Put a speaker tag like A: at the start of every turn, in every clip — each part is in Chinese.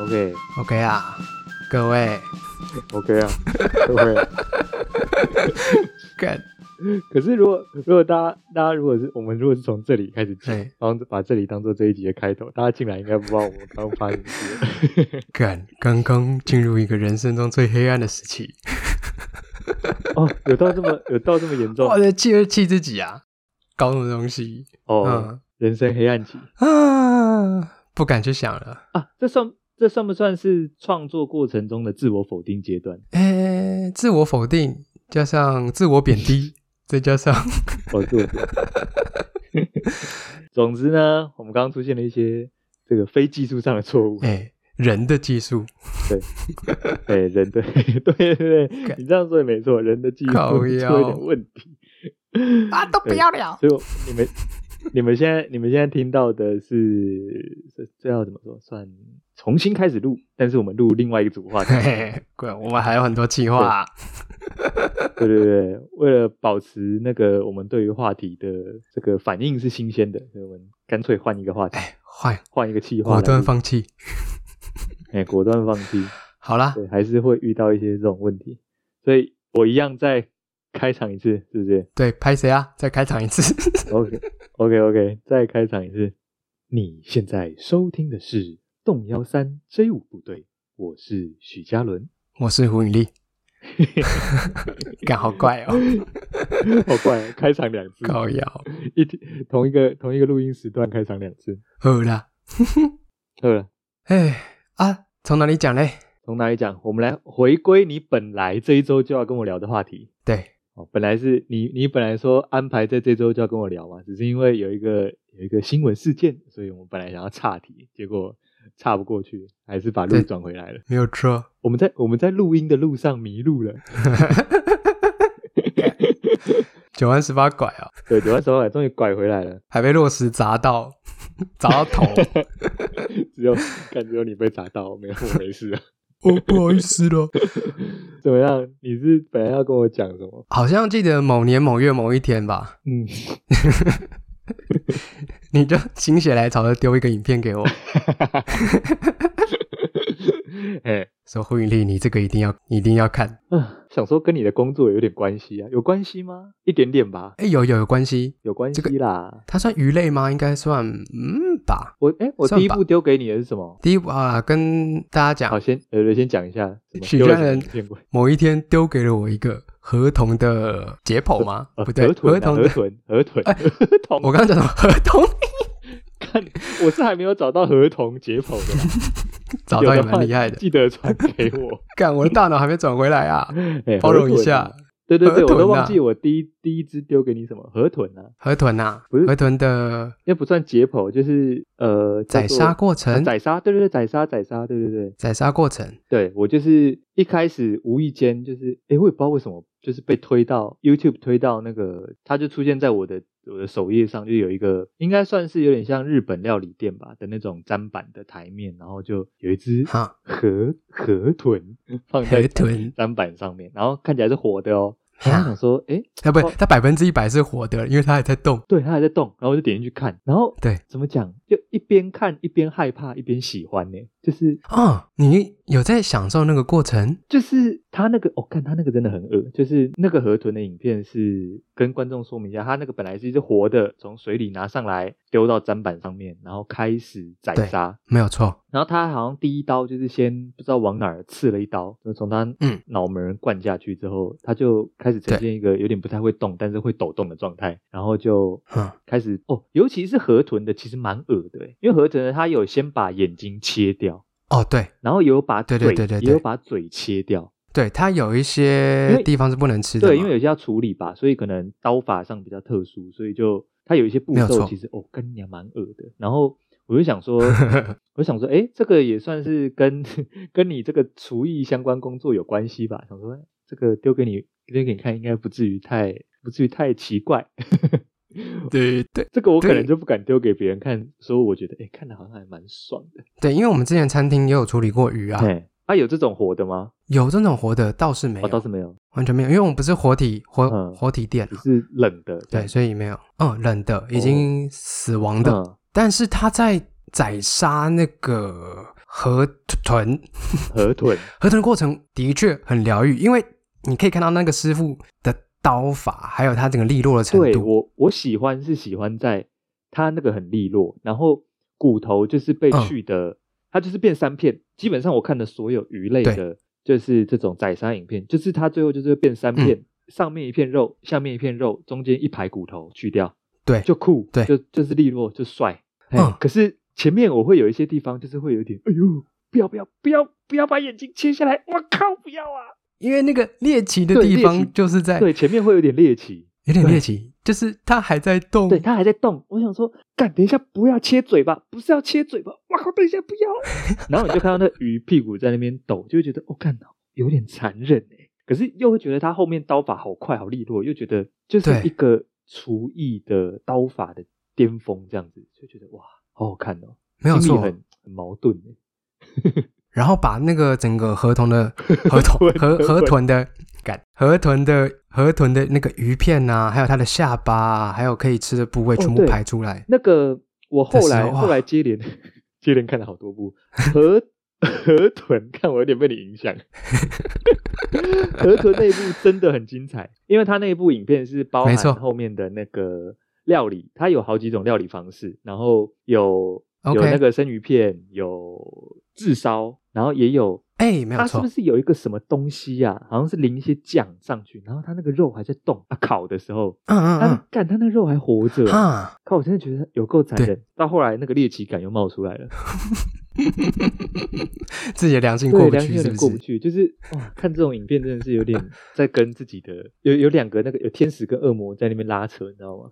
A: OK
B: OK 啊，各位，
A: OK 啊，各位。
B: 干，
A: 可是如果如果大家大家如果是我们如果是从这里开始讲，
B: 对，
A: 然后把这里当做这一集的开头，大家进来应该不知道我们刚发生什么事。
B: 干，刚刚进入一个人生中最黑暗的时期，
A: 哦，有到这么有到这么严重
B: 我在气而气自己啊，搞什么东西？
A: 哦，
B: 嗯
A: 人生黑暗期
B: 啊，不敢去想了。
A: 啊，这算这算不算是创作过程中的自我否定阶段？
B: 诶，自我否定加上自我贬低，再加上，
A: 哦，对。总之呢，我们刚刚出现了一些这个非技术上的错误
B: 诶人的技术，
A: 哎，人的 对对对，
B: 干
A: 你这样说也没错，人的技术
B: 靠
A: 出
B: 腰
A: 一点问题。
B: 啊，都不要了。
A: 所以我你们你们现在你们现在听到的是这这要怎么说？算重新开始录，但是我们录另外一个组 话题。
B: 嘿嘿，滚！我们还有很多计划、啊，
A: 对对对，为了保持那个我们对于话题的这个反应是新鲜的，所以我们干脆换一个话题，
B: 坏，
A: 换一个气话来
B: 哎果
A: 录，
B: 断放弃。
A: 哎，果断放弃。
B: 好啦，
A: 对，还是会遇到一些这种问题，所以我一样再开场一次，是不是
B: 对，拍谁啊？再开场一次。
A: ？OK OK OK，再 开场一次。你现在收听的是《动幺三 J 五部队》，我是许嘉伦，
B: 我是胡允丽， 干好怪哦，
A: 好怪，开场两次，
B: 高瑶。
A: 一天同一个同一个录音时段开场两次。
B: 好啦，
A: 对了，
B: 哎啊，从哪里讲嘞？
A: 从哪里讲？我们来回归你本来这一周就要跟我聊的话题。
B: 对，
A: 哦，本来是你，你本来说安排在这周就要跟我聊嘛，只是因为有一个有一个新闻事件，所以我们本来想要岔题，结果岔不过去，还是把路
B: 对
A: 转回来了。
B: 没有错。
A: 我们在我们在录音的路上迷路 了，
B: 九弯十八拐啊，
A: 对，九万手法终于拐回来了，
B: 还被落石砸到， 砸到 头。
A: 只有感觉有你被砸到，没有我没事啊。
B: 哦，不好意思了。
A: 怎么样？你是本来要跟我讲什么？
B: 好像记得某年某月某一天吧，
A: 嗯，
B: 你就心血来潮的丢一个影片给 我，
A: 哎、
B: 说胡允丽，你这个一定要，你一定要看。
A: 啊，想说跟你的工作有点关系啊，有关系吗？一点点吧，
B: 哎，有有有关系，
A: 有关系
B: 这个
A: 啦。
B: 它算鱼类吗？应该算，嗯吧。
A: 我哎、我
B: 算
A: 第一
B: 吧
A: 步丢给你的是什么？
B: 第一啊，跟大家讲
A: 好，，先呃，对先讲一下什么
B: 许
A: 丢了
B: 家
A: 什么
B: 人
A: 见过
B: 某一天丢给了我一个合同的解剖吗？
A: 呃
B: 不对，
A: 河豚啊
B: 合同
A: 河
B: 的。
A: 豚河豚
B: 哎
A: 河豚，
B: 我刚刚讲什么？合 同
A: 看我是还没有找到河豚解剖的 啦，
B: 找
A: 有
B: 到也
A: 的话
B: 蛮厉害的，
A: 记得传给我，
B: 干我的大脑还没转回来 啊，
A: 哎
B: 包容一。
A: 河
B: 下
A: 豚。对对对，
B: 河
A: 我
B: 豚
A: 都
B: 啊
A: 忘记我第一第一只丢给你什么河豚啊，
B: 河豚啊，
A: 不是
B: 河豚的
A: 那不算解剖，就是呃
B: 宰杀过
A: 程，啊
B: 程，
A: 宰杀，对对对，宰杀宰杀，对对对，
B: 宰杀过程，
A: 对我就是一开始无意间就是，诶，我也不知道为什么，就是被推到 YouTube 推到那个，它就出现在我的我的首页上，就有一个应该算是有点像日本料理店吧的那种砧板的台面，然后就有一只
B: 哈，
A: 河河豚 放嗯在
B: 河豚
A: 砧板上面，然后看起来是活的哦。然后我想
B: 啊，
A: 说，诶，
B: 啊不，它百分之一百是活的，因为它还在动。
A: 对，它还在动，然后我就点进去看，然后
B: 对
A: 怎么讲，就一边看一边害怕，一边喜欢呢，就是
B: 哦，你有在享受那个过程？
A: 就是他那个，我、看他那个真的很恶，就是那个河豚的影片是跟观众说明一下，他那个本来是一只活的，从水里拿上来丢到砧板上面，然后开始宰杀。
B: 没有错，
A: 然后他好像第一刀就是先不知道往哪儿刺了一刀，就从他
B: 嗯
A: 脑门儿灌下去之后，他就开始呈现一个有点不太会动，但是会抖动的状态，然后就
B: 嗯，
A: 开始哦，尤其是河豚的其实蛮恶的欸，因为河豚呢它有先把眼睛切掉，
B: 哦对
A: 然后也有把嘴
B: 对对对对对
A: 也有把嘴切掉，
B: 对，它有一
A: 因
B: 些
A: 为
B: 地方是不能吃的嘛，
A: 对，因为有些要处理吧，所以可能刀法上比较特殊，所以就它有一些步
B: 没有
A: 骤
B: 错
A: 其实哦，跟你娘蛮恶的。然后我就想说， 我想说，哎，这个也算是跟 跟你这个厨艺相关工作有关系吧？想说这个丢给你丢给你看，应该不至于太不至于太奇怪。
B: 对对
A: 这个我可能
B: 对
A: 就不敢丢给别人看，说我觉得哎，诶看的好像还蛮爽的。
B: 对，因为我们之前餐厅也有处理过鱼啊，
A: 对，啊，有这种活的吗？
B: 有这种活的倒是没
A: 哦，倒
B: 有，
A: 是没有，
B: 完全没有，因为我们不是活体活、
A: 嗯
B: 活体店
A: 只
B: 啊，
A: 是哦冷的。
B: 对，所以没有。嗯，冷的，已经死亡的，
A: 嗯，
B: 但是他在宰杀那个河豚臀。
A: 河豚，
B: 河豚的过程的确很疗愈，因为你可以看到那个师傅的刀法，还有他整个利落的 程
A: 对
B: 度。
A: 我我喜欢是喜欢在它那个很利落，然后骨头就是被
B: 嗯
A: 去的，它就是变三片。基本上我看的所有鱼类
B: 对
A: 的，就是这种宰杀影片，就是它最后就是变三
B: 嗯
A: 片，上面一片肉，下面一片肉，中间一排骨头去掉，
B: 对
A: 就酷，
B: 对
A: 就就是利落，就帅。嘿
B: 嗯
A: 可是前面我会有一些地方就是会有点，哎呦，不要不要不要不要把眼睛切下来，我靠，不要啊！
B: 因为那个猎奇的
A: 对
B: 地
A: 猎奇
B: 方就是在
A: 对，前面会有点猎奇。
B: 有点
A: 对
B: 猎奇，就是它还在动，
A: 对，它还在动。我想说，干，等一下不要切嘴巴，不是要切嘴巴，哇靠，等一下不要。 然后你就看到那鱼屁股在那边抖，就会觉得，哦，干，有点残忍哎。可是又会觉得它后面刀法好快，好利落，又觉得就是
B: 对
A: 一个厨艺的刀法的巅峰这样子，就觉得哇，好好看哦，
B: 没有
A: 心里
B: 错。
A: 很很矛盾哎。
B: 然后把那个整个河豚 的河豚
A: 豚
B: 河
A: 河豚
B: 河豚的感河豚的河豚的那个鱼片啊，还有它的下巴、啊，还有可以吃的部位
A: 哦
B: 全部
A: 对
B: 排出来。
A: 那个我后
B: 这
A: 来
B: 时候啊
A: 后来接连接连看了好多部河河豚，看我有点被你影响。 河豚那一部真的很精彩，因为它那一部影片是包
B: 没错
A: 含后面的那个料理，它有好几种料理方式，然后有
B: OK
A: 有那个生鱼片，有炙烧，然后也有。
B: 哎、没有
A: 它是
B: 错
A: 不，是有一个什么东西呀、好像是淋一些酱上去，然后它那个肉还在动。啊，烤的时候，
B: 嗯
A: 它
B: 嗯
A: 干它那肉还活着
B: 嗯，
A: 啊、
B: 哈，
A: 靠，我真的觉得有够残
B: 对
A: 忍。到后来那个猎奇感又冒出来了，
B: 自己的良心 过
A: 对，
B: 不
A: 良心
B: 去
A: 有
B: 是
A: 点
B: 不
A: 过不
B: 是？
A: 去。 就是哇，看这种影片真的是有点在跟自己的有有两个那个有天使跟恶魔在那边拉扯，你知道吗？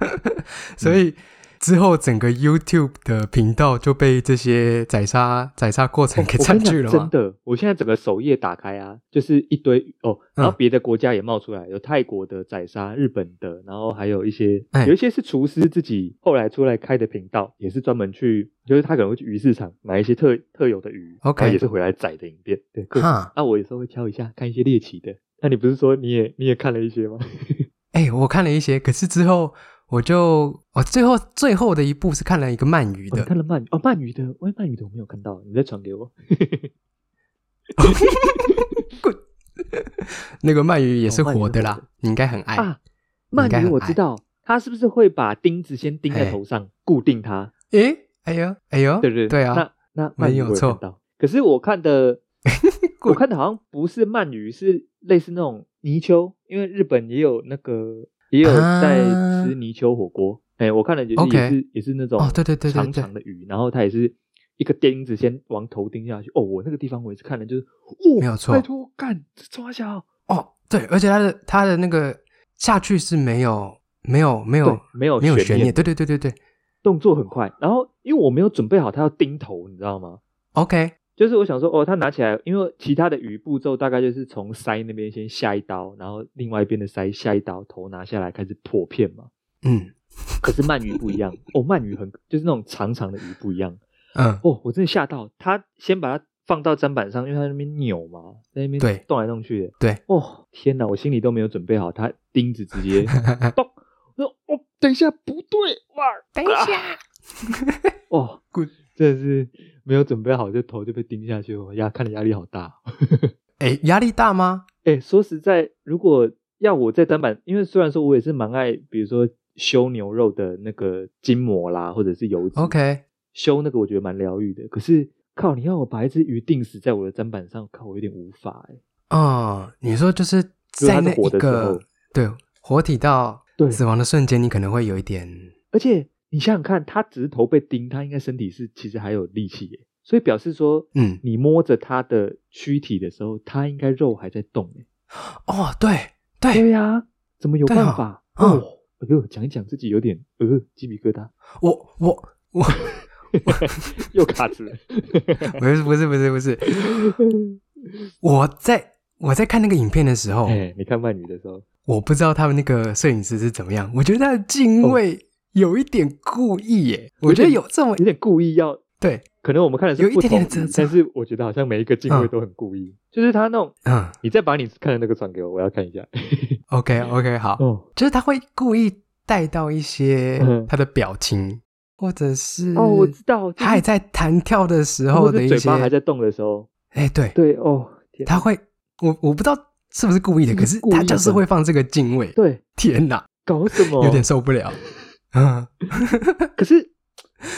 A: 嗯
B: 所以之后整个 YouTube 的频道就被这些宰杀宰杀过程给
A: 哦我跟
B: 占
A: 你讲，
B: 据了
A: 真
B: 嘛？
A: 的，我现在整个首页打开啊，就是一堆哦，然后
B: 嗯
A: 别的国家也冒出来，有泰国的宰杀，日本的，然后还有一些
B: 哎
A: 有一些是厨师自己后来出来开的频道，也是专门去，就是他可能会去鱼市场买一些特特有的鱼
B: OK
A: 然后也是回来宰的影片，对，各种
B: 哈，
A: 啊，我有时候会挑一下看一些猎奇的。那你不是说你也你也看了一些吗？
B: 哎、我看了一些，可是之后我就我最后最后的一部是看了一个鳗鱼
A: 哦、你
B: 的，
A: 看了鳗鱼哦，鳗鱼的，喂，鳗鱼的我没有看到，你再传给我。
B: 那个鳗鱼也是
A: 哦鳗鱼
B: 活的
A: 活
B: 啦
A: 的，
B: 你应该很爱。
A: 啊
B: 哎你应该
A: 鳗鱼
B: 很
A: 我知
B: 爱
A: 道，它是不是会把钉子先钉在
B: 哎
A: 头上固定它？
B: 诶，哎呀，哎呀，
A: 对不对？
B: 对啊，
A: 那那鳗
B: 没
A: 鱼
B: 有
A: 我有
B: 错，
A: 看到，可是我看的 我看的好像不是鳗鱼，是类似那种泥鳅，因为日本也有那个也有在
B: 啊
A: 吃泥鳅火锅。哎、我看的就是
B: OK
A: 也是也是那种
B: 哦对对对对
A: 长
B: 对
A: 长的鱼，然后它也是一个钉子先往头钉下去。哦，我那个地方我也是看了，就是哦，
B: 没有错
A: 拜托干这抓小，
B: 哦，对，而且它的它的那个下去是没有没有没
A: 对
B: 有，
A: 没有
B: 没有悬
A: 悬
B: 念，对对对对对
A: 动作很快。然后因为我没有准备好它要钉头，你知道吗？
B: ，OK，
A: 就是我想说，哦，他拿起来，因为其他的鱼步骤大概就是从鳃那边先下一刀，然后另外一边的鳃下一刀，头拿下来开始破片嘛。
B: 嗯
A: 可是鳗鱼不一样哦，鳗鱼很就是那种长长的鱼不一样
B: 嗯，
A: 哦，我真的吓到他，先把它放到砧板上，因为它在那边扭嘛，在那边
B: 对
A: 动来动去的。
B: 对，
A: 哦，天哪，我心里都没有准备好，它钉子直 接咚，我说哦，等一下不对，哇，
B: 等一下，
A: 哦
B: Good
A: 真的是没有准备好，这头就被钉下去，我压看的压力好大。
B: 哎，压力大吗？
A: 哎，说实在，如果要我在单板，因为虽然说我也是蛮爱，比如说修牛肉的那个筋膜啦，或者是油脂
B: OK，
A: 修那个我觉得蛮疗愈的。可是靠，你要我把一只鱼定死在我的砧板上，靠，我有点无法哎。
B: 哦，你说就是
A: 如果
B: 在
A: 它是
B: 那一
A: 活的时
B: 个
A: 候，
B: 对活体到
A: 对
B: 死亡的瞬间，你可能会有一点，
A: 而且你想想看，它只是头被钉，它应该身体是其实还有力气耶，所以表示说，
B: 嗯，
A: 你摸着它的躯体的时候，它应该肉还在动哎。
B: 哦，对对，
A: 对呀、怎么有
B: 对
A: 办
B: 哦
A: 法？
B: 嗯
A: 哦，哎呦，讲一讲自己有点呃鸡皮疙瘩，
B: 我我我，
A: 又卡住了。
B: 不是不是不是不是，我在我在看那个影片的时候，
A: 哎，你看鳗鱼的时候，
B: 我不知道他们那个摄影师是怎么样，我觉得他的敬畏有一点故意耶，我觉得有这么
A: 哦有点嗯故意要，
B: 对，
A: 可能我们看的是
B: 有一
A: 不
B: 点点
A: 同
B: 的
A: 鱼
B: 折
A: 但
B: 中
A: 是我觉得好像每一个敬畏
B: 嗯
A: 都很故意，就是他那种，
B: 嗯
A: 你再把你看的那个传给我，我要看一下。嗯
B: ，OK OK，好，
A: 哦，
B: 就是他会故意带到一些
A: 嗯
B: 他的表情，或者是
A: 哦，我知道，就是
B: 他还在弹跳的时
A: 或
B: 候
A: 者
B: 的一些，
A: 嘴巴还在动的时候，
B: 哎，对，
A: 对哦，天
B: 他会，我我不知道是不是故意的，
A: 是
B: 可是
A: 嗯故
B: 他
A: 意
B: 就是
A: 的
B: 会放这个敬畏。
A: 对，哦
B: 天哪，
A: 搞什么？
B: 有点受 不了。嗯，
A: 可是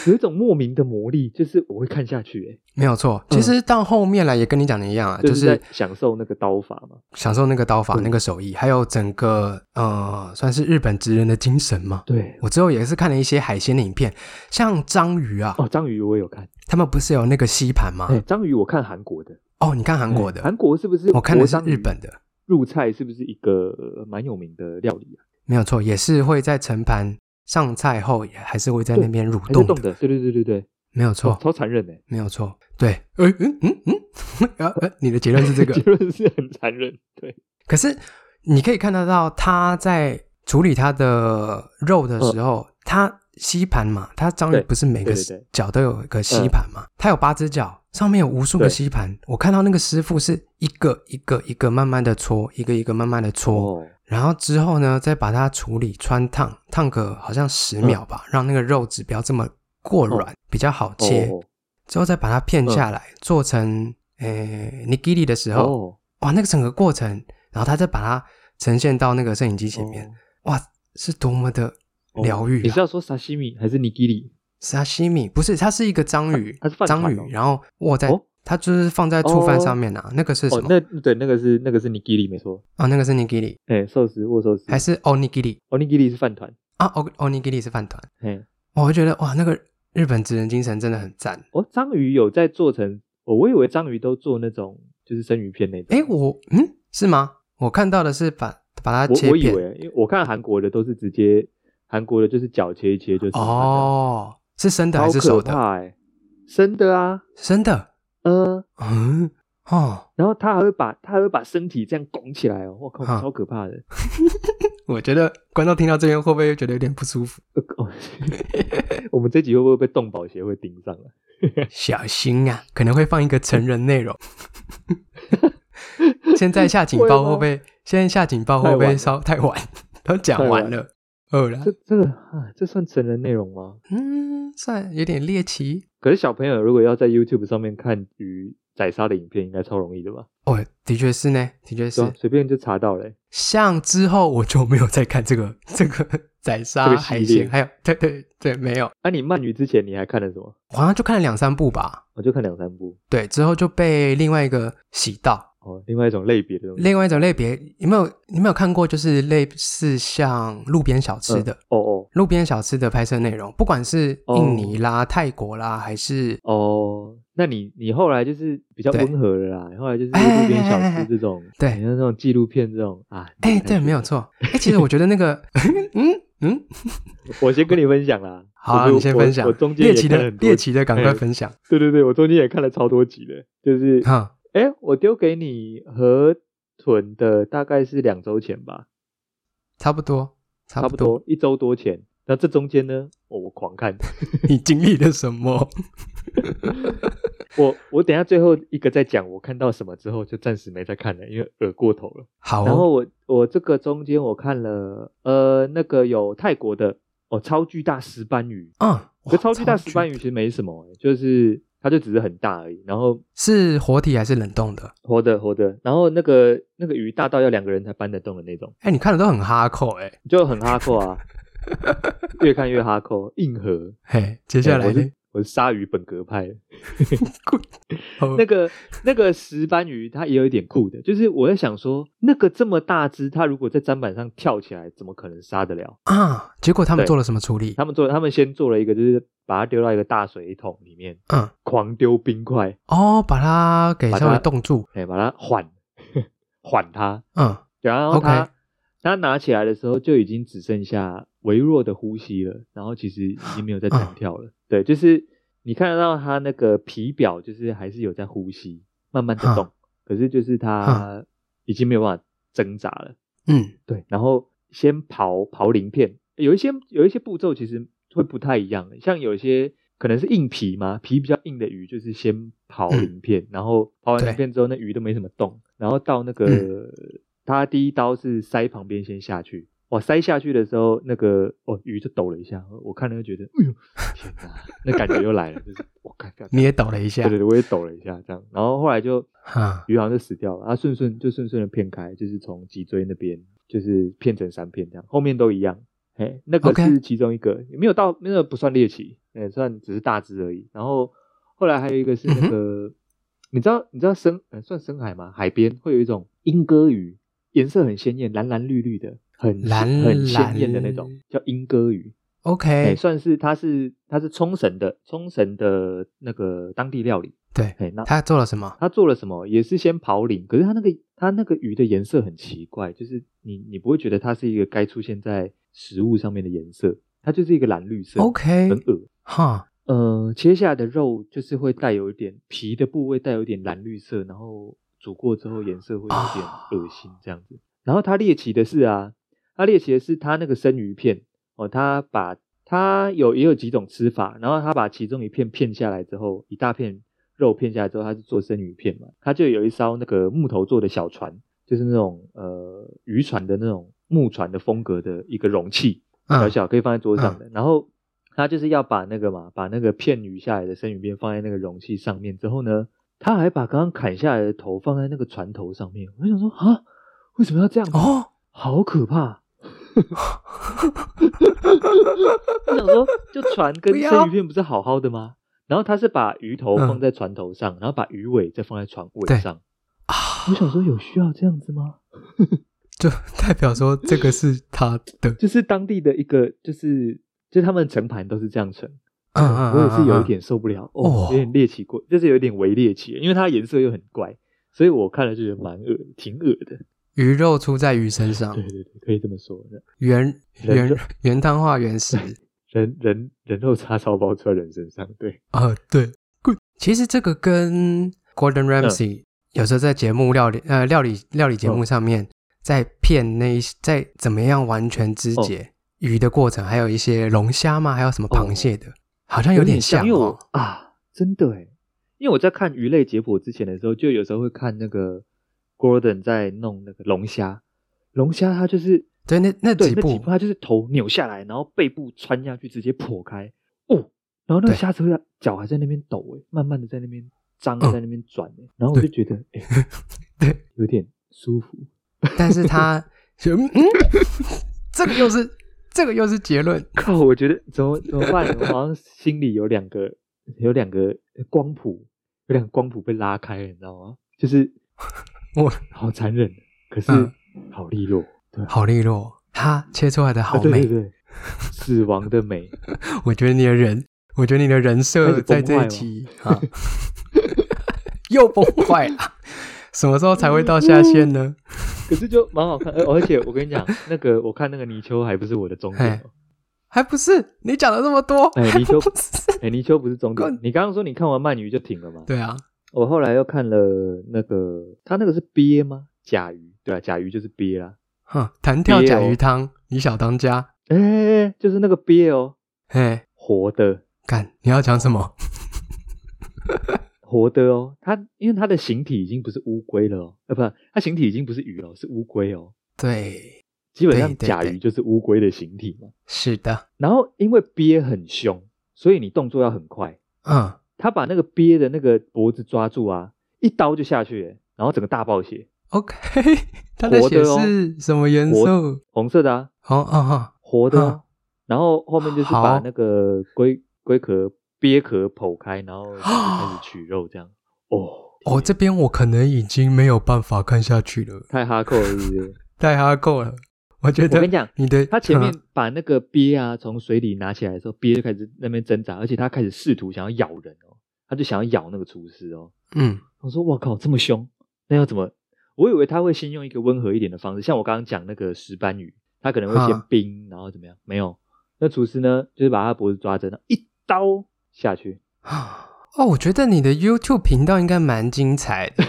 A: 有一种莫名的魔力，就是我会看下去、欸
B: 没有错。其
A: 嗯
B: 实到后面来也跟你讲的一样啊，
A: 哎，
B: 就是是
A: 在享受那个刀法嘛。
B: 享受那个刀法、
A: 嗯
B: 那个手艺，还有整个呃，算是日本职人的精神嘛。
A: 对，
B: 我之后也是看了一些海鲜的影片，像章鱼啊，
A: 哦，章鱼我也有看，
B: 他们不是有那个吸盘吗？
A: 哎，章鱼我看韩国的，
B: 哦，你啊看韩国的，
A: 哎韩国是不是
B: 我看的是
A: 国章鱼
B: 日本的，
A: 入菜是不是一个呃蛮有名的料理啊？
B: 没有错，也是会在盛盘上菜后，也还是会在那边蠕
A: 还是
B: 动
A: 动
B: 的，
A: 的？对对对对对，
B: 没有错。
A: 哦超残忍的、
B: 没有错，对，呃，嗯嗯嗯， 呃呃，你的结论是这
A: 结
B: 个，
A: 论是很残忍。对，
B: 可是你可以看得到他在处理他的肉的时候，他吸盘嘛，他章鱼
A: 嗯对
B: 不是每个
A: 对对对嗯
B: 脚都有一个吸盘嘛，它有八只脚，上面有无数个
A: 对
B: 吸盘。我看到那个师傅是一个一个一个慢慢的搓，一个一个慢慢的搓，
A: 哦，
B: 然后之后呢，再把它处理穿烫，烫个好像十
A: 嗯
B: 秒吧，让那个肉质不要这么过软，比较好切。
A: 哦
B: 之后再把它
A: 嗯
B: 片下来，做成呃诶 nigiri 的时候，
A: 哦，
B: 哇，那个整个过程，然后他再把它呈现到那个摄影机前面，哇，是多么的
A: 哦
B: 疗愈、
A: 你
B: 啊
A: 是！要说沙西米还是尼基里？
B: 沙西米不是，它是一个章鱼
A: 它它是，饭团
B: 嗯章
A: 哦
B: 鱼，然后握在、
A: 哦
B: 它就是放在醋饭上面啊，那个是什
A: 哦，
B: 么？
A: 那对那个是那个是尼基里没错。
B: 啊，那个是 nigiri，
A: 哎、寿司握寿司，
B: 还是 onigiri
A: 哦尼基里是饭团。
B: 啊？o onigiri 是饭团，
A: 哎、
B: 哇我就觉得哇，那个日本职人精神真的很赞。
A: 哦，章鱼有在做成，哦，我以为章鱼都做那种就是生鱼片那种。
B: 诶，我嗯是吗？我看到的是把把它
A: 我
B: 切
A: 我以
B: 片
A: 为，因为我看韩国的都是直接，韩国的就是脚切一切就是
B: 哦，是生
A: 生
B: 的
A: 的，
B: 还
A: 好
B: 是熟
A: 可
B: 的？
A: 怕哎、生的啊，
B: 真的，
A: 呃，
B: 嗯，哦，
A: 然后他还会把他还会把身体这样拱起来哦，我靠，
B: 啊
A: 超可怕的。
B: 我觉得观众听到这边会不会觉得有点不舒 服？
A: 呃哦，我们这集会不会被动保协会盯上啊了？
B: 小心啊，可能会放一个成人内容。现在下警报会不会？现在下警报会不会稍太晚？ 都讲完了，饿了
A: 这，这个啊，这算成人内容吗？
B: 嗯，算有点猎奇
A: 可是小朋友如果要在 YouTube 上面看鱼宰杀的影片，应该超容易的吧？
B: 哦，的确是呢，的确
A: 对啊
B: 是。
A: 随便就查到了欸、
B: 像之后我就没有再看这个 这个宰
A: 这
B: 杀
A: 个系
B: 海
A: 列
B: 鲜，还有对对对，没有，
A: 啊，你鳗鱼之前你还看了什么？
B: 我好像就看了两三部吧。
A: 我就看两三部
B: 对，之后就被另外一个洗到，
A: 哦，另外一种类别的东西。
B: 另外一种类别，有没有有没有看过？就是类似像路边小吃的、
A: 哦哦
B: 路边小吃的拍摄内容，不管是
A: 哦
B: 印尼啦、泰国啦，还是
A: 哦，那你你后来就是比较
B: 对
A: 温和了啦，你后来就是
B: 哎
A: 路边小
B: 哎哎哎
A: 吃这种，
B: 对
A: 你像那种纪录片这种啊。
B: 哎、
A: 你才
B: 对，
A: 去
B: 没有
A: 看
B: 错。哎、其实我觉得那个， 嗯嗯，
A: 我先跟你分享啦。
B: 好啊、
A: 我
B: 你先分享
A: 我我中间
B: 猎
A: 也
B: 奇
A: 看
B: 的
A: 了很多
B: 猎奇的，赶快
A: 哎
B: 分享。
A: 对对对，我中间也看了超多集的，就是
B: 哈、
A: 哎、我丢给你河豚的大概是两周前吧，
B: 差不多，差
A: 差
B: 不
A: 不
B: 多。
A: 多一周多前。那这中间呢，哦我我狂看，
B: 你经历了什么？
A: 我我等一下最后一个再讲，我看到什么之后就暂时没再看了，因为耳过头了。
B: 好、
A: 然后
B: 哦，
A: 我我这个中间我看了，呃，那个有泰国的哦，超巨大石斑鱼，
B: 嗯，
A: 可
B: 哇
A: 超巨大石斑鱼其实没什么、欸就是它就只是很大而已，然后
B: 是活体还是冷冻的？
A: 活的活的，然后那个那个鱼大到要两个人才搬得动的那种，
B: 哎、你看的都很哈扣哎、
A: 就很哈扣 啊，越看越哈扣，硬核。
B: 嘿，接下来
A: 哎我
B: 呢
A: 是？我是鲨鱼本格派的，
B: 好哦
A: 那个那个石斑鱼它也有一点酷的，就是我在想说，那个这么大只，它如果在砧板上跳起来，怎么可能杀得了？
B: 啊，结果他们
A: 对
B: 做了什么处理？
A: 他们做，他们先做了一个，就是把它丢到一个大水桶里面，
B: 嗯，
A: 狂丢冰块，
B: 哦，把它给
A: 把
B: 稍微
A: 它
B: 冻住，
A: 哎，把它缓 缓它，
B: 嗯，
A: 然后它
B: OK
A: 它拿起来的时候就已经只剩下微弱的呼吸了，然后其实已经没有在弹跳了。对，就是你看得到它那个皮表，就是还是有在呼吸，慢慢的动，可是就是它已经没有办法挣扎了。
B: 嗯，
A: 对，然后先刨刨鳞片，有一些有一些步骤其实会不太一样，像有一些可能是硬皮嘛，皮比较硬的鱼就是先刨鳞片，然后刨完
B: 嗯对
A: 鳞片之后，那鱼都没什么动，然后到那个、
B: 嗯
A: 它第一刀是鳃旁边先下去，我塞下去的时候，那个哦鱼就抖了一下，我看了就觉得，哎呦天哪，那感觉又来了，就是我看
B: 你也抖了一下，
A: 对对对，我也抖了一下这样，然后后来就
B: 哈，
A: 鱼好像就死掉了，它啊顺顺就顺顺的片开，就是从脊椎那边就是片成三片这样，后面都一样。嘿，那个
B: OK
A: 是其中一个没有到那个不算猎奇，呃，算只是大只而已。然后后来还有一个是
B: 嗯
A: 那个，你知道你知道深、呃、算深海吗？海边会有一种莺歌鱼，颜色很鲜艳，蓝蓝绿绿的，很
B: 蓝
A: 很鲜艳的那
B: 蓝
A: 种，叫莺歌鱼。哎、
B: OK，
A: 算是它是它是冲绳的冲绳的那个当地料理。
B: 对，
A: 哎，那
B: 他做了什么？
A: 他做了什么？也是先刨鳞，可是他那个他那个鱼的颜色很奇怪，就是你你不会觉得它是一个该出现在食物上面的颜色，它就是一个蓝绿色
B: OK，
A: 很恶。
B: 哈，
A: 呃，切下来的肉就是会带有一点皮的部位带有一点蓝绿色，然后煮过之后颜色会有点
B: 啊
A: 恶心这样子。然后它猎奇的是啊，它猎奇的是它那个生鱼片哦，它把它有也有几种吃法，然后它把其中一片片下来之后，一大片肉片下来之后，它是做生鱼片嘛，它就有一艘那个木头做的小船，就是那种呃渔船的那种木船的风格的一个容器，小
B: 嗯
A: 小可以放在桌上的。然后他就是要把那个嘛，把那个片鱼下来的生鱼片放在那个容器上面之后呢，他还把刚刚砍下来的头放在那个船头上面。我就想说啊，为什么要这样？
B: 哦，
A: 好可怕！ 我想说，就船跟
B: 不要
A: 生鱼片不是好好的吗？然后他是把鱼头
B: 嗯
A: 放在船头上，然后把鱼尾再放在船尾
B: 对
A: 上。
B: 啊，
A: 我想说，有需要这样子吗？
B: 就 代表说这个是他 的，
A: 就是当地的一个，就是就他们盛盘都是这样盛，
B: 嗯嗯，
A: 我也是有一
B: 嗯，
A: 点受不了，
B: 哦
A: 哦，有点猎奇过，就是有点微猎奇，因为它颜色又很怪，所以我看了就觉得蛮恶，挺恶的。
B: 嗯鱼肉出在鱼身上
A: 对，对对，可以这么说。
B: 原
A: 人
B: 原
A: 肉
B: 原汤化 原食，
A: 人人人肉叉烧包出在人身上，对，
B: 啊，对，good。其实这个跟 Gordon Ramsay 有时候在节目料理呃料理料理节目上面，在骗那一些在怎么样完全肢解鱼的过程，还有一些龙虾吗？还有什么螃蟹的，好哦像有点像
A: 因为我
B: 哦。
A: 啊，真的哎，因为我在看鱼类解剖之前的时候，就有时候会看那个 Gordon 在弄那个龙虾，龙虾它就是
B: 对，那那
A: 对
B: 几
A: 那几
B: 步
A: 步，它就是头扭下来，然后背部穿下去，直接破开，哦，然后那个
B: 对
A: 虾子会脚还在那边抖哎，慢慢的在那边张，
B: 嗯
A: 在那边转哎，然后我就觉得哎，
B: 对，
A: 有点舒服，
B: 但是 他就嗯，这个又是这个又是结论，
A: 靠，我觉得怎么怎么办？我好像心里有两个有两个光谱，有两个光谱被拉开了，你知道吗？就是
B: 我
A: 好残忍，可是
B: 嗯
A: 好利落，对啊，
B: 好利落，他切出来的好
A: 啊对对
B: 美。
A: 对，死亡的美，
B: 我觉得你的人，我觉得你的人
A: 开
B: 设
A: 始崩
B: 在这
A: 坏
B: 一
A: 了
B: 集啊， 又崩坏了。什么时候才会到下线呢？
A: 可是就蛮好看。呃而且我跟你讲，那个我看那个泥鳅还不是我的终点哦，
B: 还不是你讲了这么多，
A: 哎
B: 还
A: 你
B: 不？
A: 就是 哎，泥鳅不是终点
B: 滚。
A: 你刚刚说你看完鳗鱼就停了嘛？
B: 对啊，
A: 我后来又看了那个，它那个是鳖吗？甲鱼，对啊，甲鱼就是鳖啦。
B: 哼，弹跳
A: 别
B: 甲
A: 哦
B: 鱼汤，你小当家，
A: 哎哎，哎就是那个鳖哦，
B: 哎，
A: 活的。
B: 干，你要讲什么？
A: 活的哦，它因为它的形体已经不是乌龟了哦，呃，不，它形体已经不是鱼了，是乌龟哦。
B: 对，
A: 基本
B: 对
A: 上
B: 对
A: 甲
B: 对
A: 鱼就是乌龟的形体嘛。
B: 是的，
A: 然后因为鳖很凶，所以你动作要很快。
B: 嗯，
A: 它把那个鳖的那个脖子抓住啊，一刀就下去耶，然后整个大爆血，
B: OK，它的
A: 活
B: 血
A: 的哦
B: 是什么元素？哦
A: 红色的啊，
B: 哦哦，
A: 活的、
B: 嗯
A: 啊。然后后面就是把
B: 好
A: 那个龟龟壳、鳖壳剖开，然后就开始取肉这样。哦，
B: 哦，这边我可能已经没有办法看下去了，
A: 太哈扣了，是不是？
B: 太哈够了。我觉
A: 我
B: 得
A: 跟你讲，
B: 你的
A: 他前面
B: 嗯
A: 把那个鳖啊从水里拿起来的时候，鳖就开始那边挣扎，而且他开始试图想要咬人哦，他就想要咬那个厨师哦。
B: 嗯
A: 我说我靠，这么凶，那要怎么？我以为他会先用一个温和一点的方式，像我刚刚讲那个石斑鱼，他可能会先
B: 啊
A: 冰，然后怎么样？没有，那厨师呢，就是把他脖子抓着，然后一刀下去，
B: 啊哦，我觉得你的 YouTube 频道应该蛮精彩的。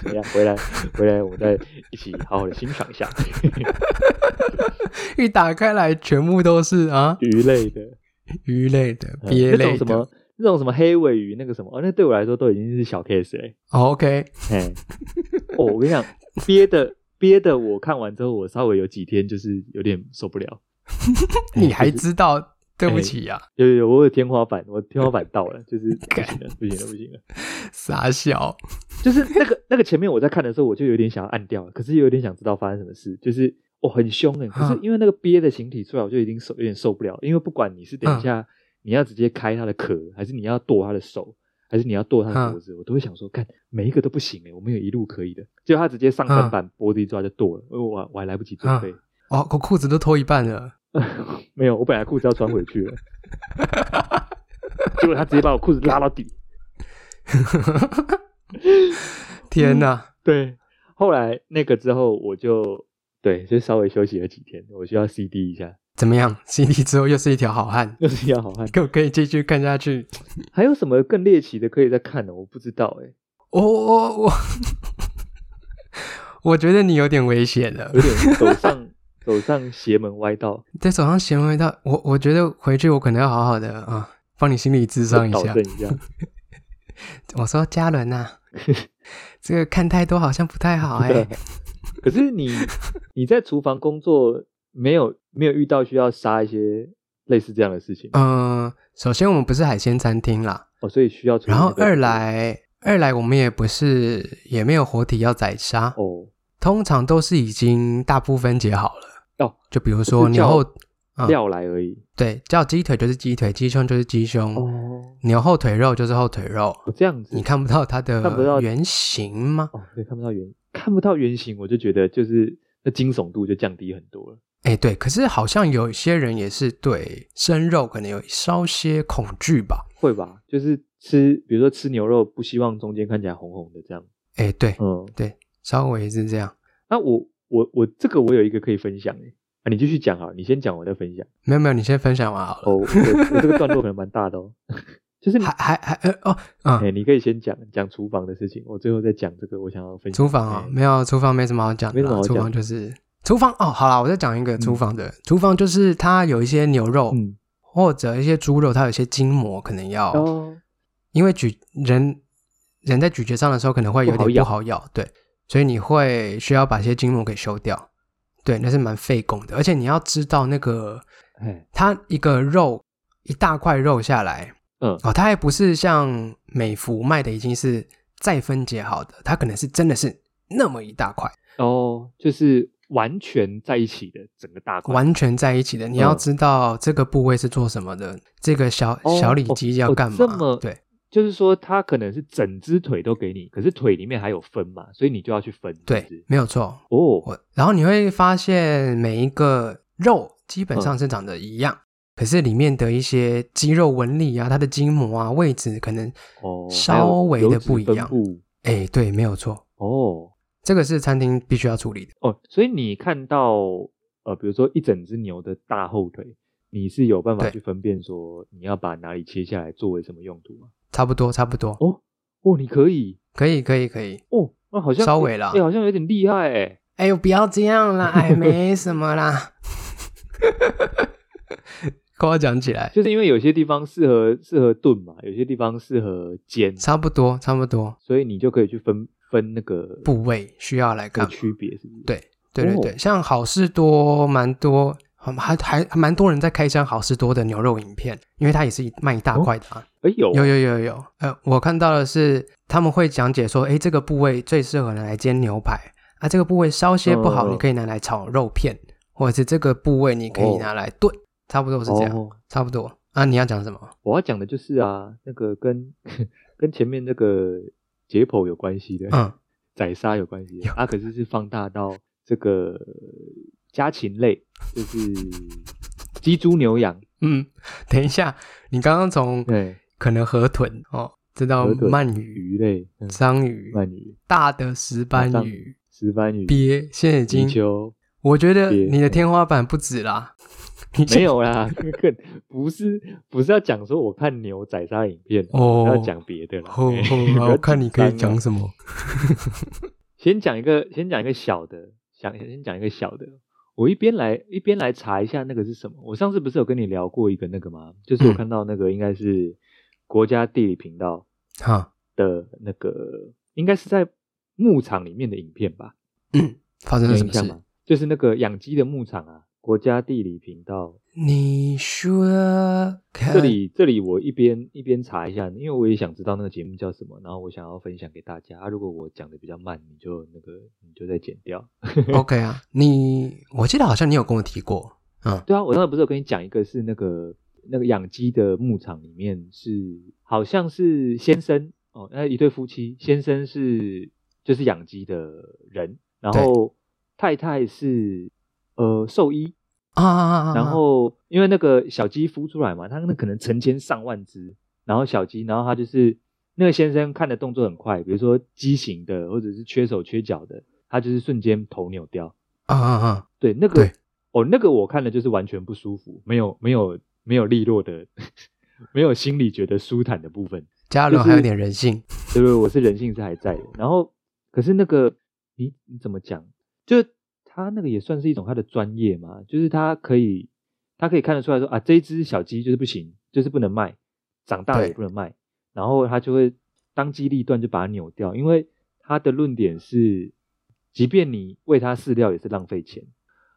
A: 怎么样？回来，回来，我们再一起好好的欣赏一下
B: 一打开来，全部都是啊
A: 鱼类的。
B: 鱼类的、
A: 嗯
B: 鳖
A: 那
B: 类
A: 种什
B: 的。
A: 么那种什么黑尾鱼，那个什么，哦，那对我来说都已经是小 case 嘞、
B: 哦 OK，
A: 欸。嘿哦，我跟你讲，鳖的憋的我看完之后，我稍微有几天就是有点受不了。嗯
B: 你还知道？对不起呀、啊
A: 欸，有有有，我有天花板，我天花板到了， 就是不行了，不行了，不行了，
B: 傻笑。
A: 就是那个那个前面我在看的时候，我就有点想要按掉了，可是有点想知道发生什么事，就是哦很凶哎，可是因为那个憋的形体出来，我就已经受有点受不了，因为不管你是等一下、嗯、你要直接开它的壳，还是你要剁它的手。还是你要剁他的脖子，嗯、我都会想说，看每一个都不行哎、欸，我们有一路可以的。结果他直接上半板脖子一抓就剁了，因为、嗯、我我还来不及准嗯备。嗯、
B: 哦，我裤子都脱一半了，
A: 没有，我本来裤子要穿回去了， 结果他直接把我裤子拉到底。
B: 天
A: 嗯
B: 哪！
A: 对，后来那个之后我就对，就稍微休息了几天，我需要 CD 一下。
B: 怎么样？CD 之后又是一条好汉，
A: 又是一条好汉，
B: 可可以继续看下去。
A: 还有什么更猎奇的可以再看呢？我不知道哎、欸。
B: 我我我，我觉得你有点危险了，
A: 有点 走上走上邪门歪道。
B: 对，走上邪门歪道，我我觉得回去我可能要好好的啊，帮你心理智商一下。
A: 一下
B: 我说家人呐、啊， 这个看太多好像不太好 哎、欸。
A: 可是你你在厨房工作。没有没有遇到需要杀一些类似这样的事情。
B: 嗯、呃，首先我们不是海鲜餐厅啦，
A: 哦，所以需要。
B: 然后二来二来我们也不是也没有活体要宰杀
A: 哦，
B: 通常都是已经大部分解好了
A: 哦，
B: 就比如说牛后、
A: 嗯、料来而已，
B: 对，叫鸡腿就是鸡腿，鸡胸就是鸡胸，
A: 哦，
B: 牛后腿肉就是后腿肉，
A: 哦、这样子
B: 你看不到它的
A: 看不到
B: 原型吗？
A: 哦，对，看不到原看不到原型，我就觉得就是那惊悚度就降低很多了。
B: 哎，对，可是好像有一些人也是对生肉可能有稍些恐惧吧？
A: 会吧，就是吃，比如说吃牛肉，不希望中间看起来红红的这样。
B: 哎，对，
A: 嗯，
B: 对，稍微是这样。
A: 那、啊、我我我这个我有一个可以分享哎，啊，你继续讲好，你先讲，我再分享。
B: 没有没有，你先分享完好了。哦，
A: 我我这个段落可能蛮大的哦， 就是
B: 还还还呃哦，嗯，
A: 哎，你可以先讲讲厨房的事情，我最后再讲这个我想要分享。
B: 厨房啊、哦，没有厨房没什么好讲的，
A: 哎没什么好
B: 讲，厨房就是。厨房哦，好了，我再讲一个厨房的。嗯、厨房就是它有一些牛肉、
A: 嗯、
B: 或者一些猪肉，它有些筋膜可能要，
A: 哦、
B: 因为咀人人在咀嚼上的时候可能会有点不好咬，对，所以你会需要把一些筋膜给修掉，对，那是蛮费工的。而且你要知道那个，它一个肉一大块肉下来，
A: 嗯，
B: 哦，它还不是像美孚卖的已经是再分解好的，它可能是真的是那么一大块
A: 哦，就是。完全在一起的整个大块，
B: 完全在一起
A: 嗯
B: 的，你要知道这个部位是做什么的，嗯、这个小小里脊要干嘛？
A: 哦哦、这么
B: 对，
A: 就是说它可能是整只腿都给你，可是腿里面还有分嘛，所以你就要去分。
B: 对，没有错
A: 哦
B: 我。然后你会发现每一个肉基本上是长得一样，嗯、可是里面的一些肌肉纹理啊、它的筋膜啊、位置可能稍微的不一样。哎、
A: 哦，
B: 对，没有错
A: 哦。
B: 这个是餐厅必须要处理的
A: 哦，所以你看到呃，比如说一整只牛的大后腿，你是有办法去分辨说你要把哪里切下来作为什么用途吗？
B: 差不多，差不多。
A: 哦哦，你可以，
B: 可以，可以，可以。
A: 哦，那好像
B: 稍微啦，
A: 哎，好像有点厉害哎。
B: 哎呦，不要这样啦，哎，没什么啦。 夸奖起来，
A: 就是因为有些地方适合适合炖嘛，有些地方适合煎，
B: 差不多，差不多。
A: 所以你就可以去分。分那个
B: 部位需要来干
A: 区别是不是？
B: 对对对对，哦、像好事多蛮多，还还蛮多人在开箱好事多的牛肉影片，因为它也是卖一大块的啊。
A: 哎、哦、有
B: 有有有有，呃，我看到的是他们会讲解说，哎，这个部位最适合拿来煎牛排啊，这个部位稍些不
A: 嗯
B: 好，你可以拿来炒肉片，嗯、或者是这个部位你可以拿来炖，哦、差不多是这样，差不多啊。你要讲什么？
A: 哦我要讲的就是啊，那个跟 跟前面那个。解剖有关系的，
B: 嗯，
A: 宰杀有关系的，啊，可是是放大到这个家禽类，就是鸡、猪、牛、 羊。
B: 嗯，等一下，你刚刚从
A: 对
B: 可能河豚哦，知道鳗
A: 鱼、鱼类、嗯
B: 章鱼、
A: 鳗鱼、啊
B: 大的石斑鱼、
A: 石斑鱼、
B: 鳖，现在已经，我觉得你的
A: 嗯
B: 天花板不止啦。
A: 没有啦， 更不是不是要讲说我看牛宰杀影片，
B: 哦，
A: 要讲别的啦。
B: 哦，我看你可以讲什么。
A: 先讲一个，先讲一个小的，想先讲一个小的。我一边来一边来查一下那个是什么。我上次不是有跟你聊过一个那个吗？就是
B: 嗯
A: 我看到那个应该是国家地理频道
B: 哈
A: 的那个，应该是在牧场里面的影片吧。
B: 嗯，发生了
A: 有
B: 什么
A: 印象
B: 事？
A: 吗？就是那个养鸡的牧场啊，国家地理频道
B: 你说看
A: 这里这里我一边一边查一下，因为我也想知道那个节目叫什么，然后我想要分享给大家。啊、如果我讲的比较慢，你就那个你就再剪掉。
B: OK 啊？你我记得好像你有跟我提过，嗯，
A: 对啊，我刚才不是有跟你讲一个是那个那个养鸡的牧场里面是好像是先生哦，那一对夫妻，先生是就是养鸡的人，然后太太是呃兽医，
B: 啊啊啊啊啊！
A: 然后因为那个小鸡孵出来嘛，它那可能成千上万只，然后小鸡，然后它就是那个先生看的动作很快，比如说畸形的或者是缺手缺脚的，他就是瞬间头扭掉。
B: 啊啊啊！
A: 对，那个
B: 对
A: 哦，那个我看了就是完全不舒服，没有没有没有利落的， 没有心里觉得舒坦的部分。
B: 嘉伦还有点人性，
A: 对对，我是人性是还在的。然后，可是那个你你怎么讲？就是他那个也算是一种他的专业嘛，就是他可以他可以看得出来说啊，这一只小鸡就是不行，就是不能卖，长大了也
B: 对
A: 不能卖。然后他就会当机立断就把它扭掉，因为他的论点是，即便你喂它饲料也是浪费钱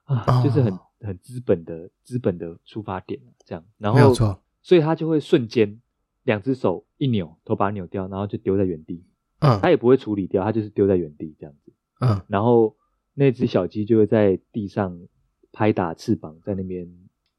A: 啊，就是很
B: 哦
A: 很资本的资本的出发点啊这样。然后
B: 没有错
A: 所以他就会瞬间两只手一扭，头把它扭掉，然后就丢在原地。
B: 嗯
A: 他也不会处理掉，他就是丢在原地这样子。
B: 嗯，
A: 然后那只小鸡就会在地上拍打翅膀，在那边，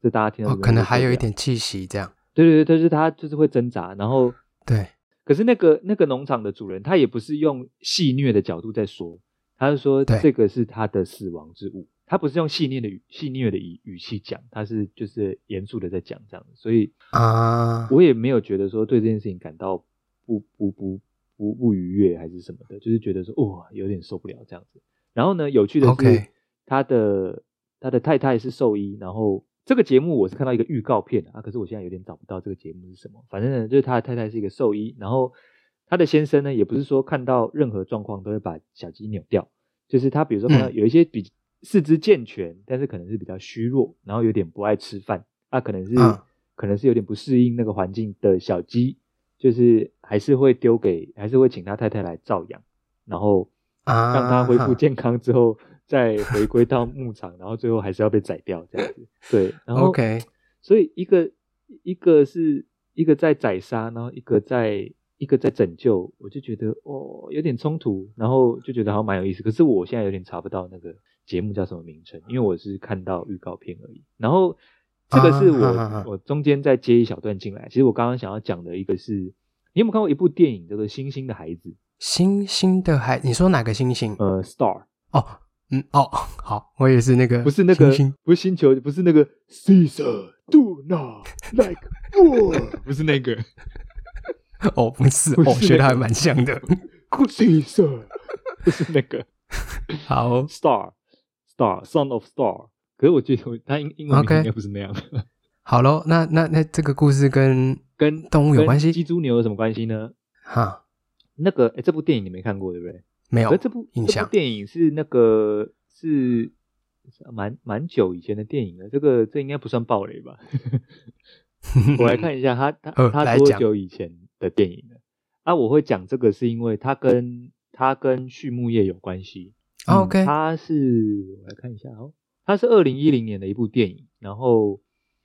A: 这大家听到、
B: 哦，可能还有一，点气息这样，
A: 对对对，就是它就是会挣扎。然后，
B: 对，
A: 可是那个那个农场的主人他也不是用戏谑的角度在说，他是说
B: 对
A: 这个是他的死亡之物，他不是用戏谑的语戏谑的语语气讲，他是就是严肃的在讲这样，所以
B: 啊，
A: 我也没有觉得说对这件事情感到不不不不不愉悦还是什么的，就是觉得说哇有点受不了这样子。然后呢，有趣的是
B: OK
A: 他的他的太太是兽医，然后这个节目我是看到一个预告片啊，可是我现在有点找不到这个节目是什么。反正呢，就是他的太太是一个兽医，然后他的先生呢，也不是说看到任何状况都会把小鸡扭掉，就是他比如说看到
B: 嗯
A: 有一些比、四肢健全，但是可能是比较虚弱，然后有点不爱吃饭，啊，可能是、
B: 嗯
A: 可能是有点不适应那个环境的小鸡，就是还是会丢给，还是会请他太太来照养，然后
B: 啊，
A: 让它恢复
B: 哈
A: 健康之后、再回归到牧场，然后最后还是要被宰掉这样子。对，然后
B: OK
A: 所以一个一个是一个在宰杀，然后一个在一个在拯救，我就觉得哦有点冲突，然后就觉得好像蛮有意思。可是我现在有点查不到那个节目叫什么名称，因为我是看到预告片而已。然后这个是我、
B: 啊哈哈哈
A: 我中间再接一小段进来，其实我刚刚想要讲的一个是，你有没有看过一部电影叫做《星星的孩子》？
B: 星星的孩，你说哪个星星？
A: 呃，Star。
B: 哦，嗯，哦，好，我也是那个，
A: 不是那个，
B: 星星
A: 不是星球，不是那个 Caesar do not like war，不是那 个
B: 哦，不是，
A: 不是
B: 哦，学的
A: 那个
B: 还蛮像的。
A: Caesar，不是那个
B: 好
A: Star Star Son of Star。可是我觉得我他英英文名
B: OK
A: 应该不是那样。
B: 好喽，那那那这个故事跟
A: 跟
B: 动物有
A: 跟
B: 关
A: 鸡
B: 系
A: 猪牛有什么关系呢？
B: 哈？
A: 那个哎，这部电影你没看过对不对？
B: 没有
A: 可是这部
B: 印
A: 这
B: 象
A: 部电影是那个是是蛮蛮久以前的电影了，这个这应该不算暴雷吧？ 我来，看一下他他
B: 呃
A: 他
B: 来
A: 多
B: 讲
A: 久以前的电影了？啊，我会讲这个是因为它跟它跟畜牧业有关系。
B: 啊
A: 嗯
B: OK
A: 它是我来看一下哦，它是二零一零年的一部电影，然后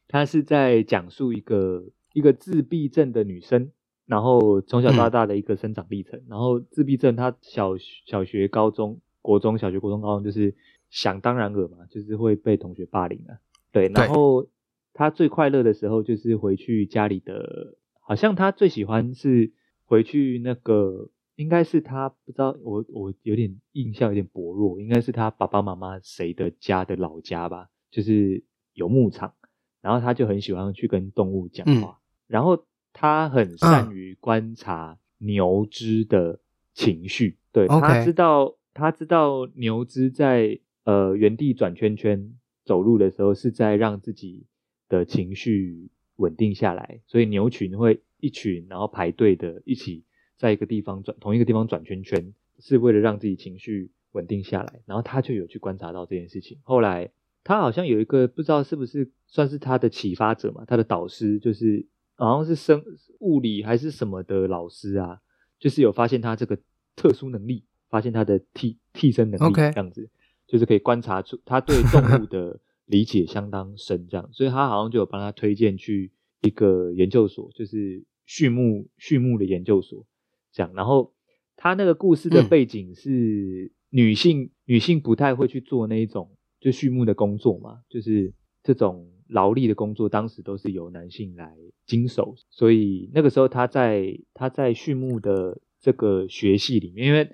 A: 它是在讲述一个一个自闭症的女生，然后从小到大的一个生长历程。然后自闭症，她小小学、高中、国中、小学、国中、高中就是想当然尔嘛，就是会被同学霸凌啊。对，
B: 对
A: 然后他最快乐的时候就是回去家里的，好像他最喜欢是回去那个，应该是他不知道我我有点印象有点薄弱，应该是他爸爸妈妈谁的家的老家吧，就是有牧场，然后他就很喜欢去跟动物讲话，然后他很善于观察牛只的情绪，对
B: OK
A: 他知道他知道牛只在呃原地转圈圈走路的时候是在让自己的情绪稳定下来，所以牛群会一群然后排队的一起在一个地方转同一个地方转圈圈，是为了让自己情绪稳定下来，然后他就有去观察到这件事情，后来。他好像有一个不知道是不是算是他的启发者嘛，他的导师就是好像是生物理还是什么的老师啊，就是有发现他这个特殊能力，发现他的替替身能力
B: OK
A: 这样子。就是可以观察出他对动物的理解相当深，这样，所以他好像就有帮他推荐去一个研究所，就是畜牧畜牧的研究所，这样。然后他那个故事的背景是女性、女性不太会去做那一种就畜牧的工作嘛，就是这种劳力的工作，当时都是由男性来经手，所以那个时候他在他在畜牧的这个学系里面，因为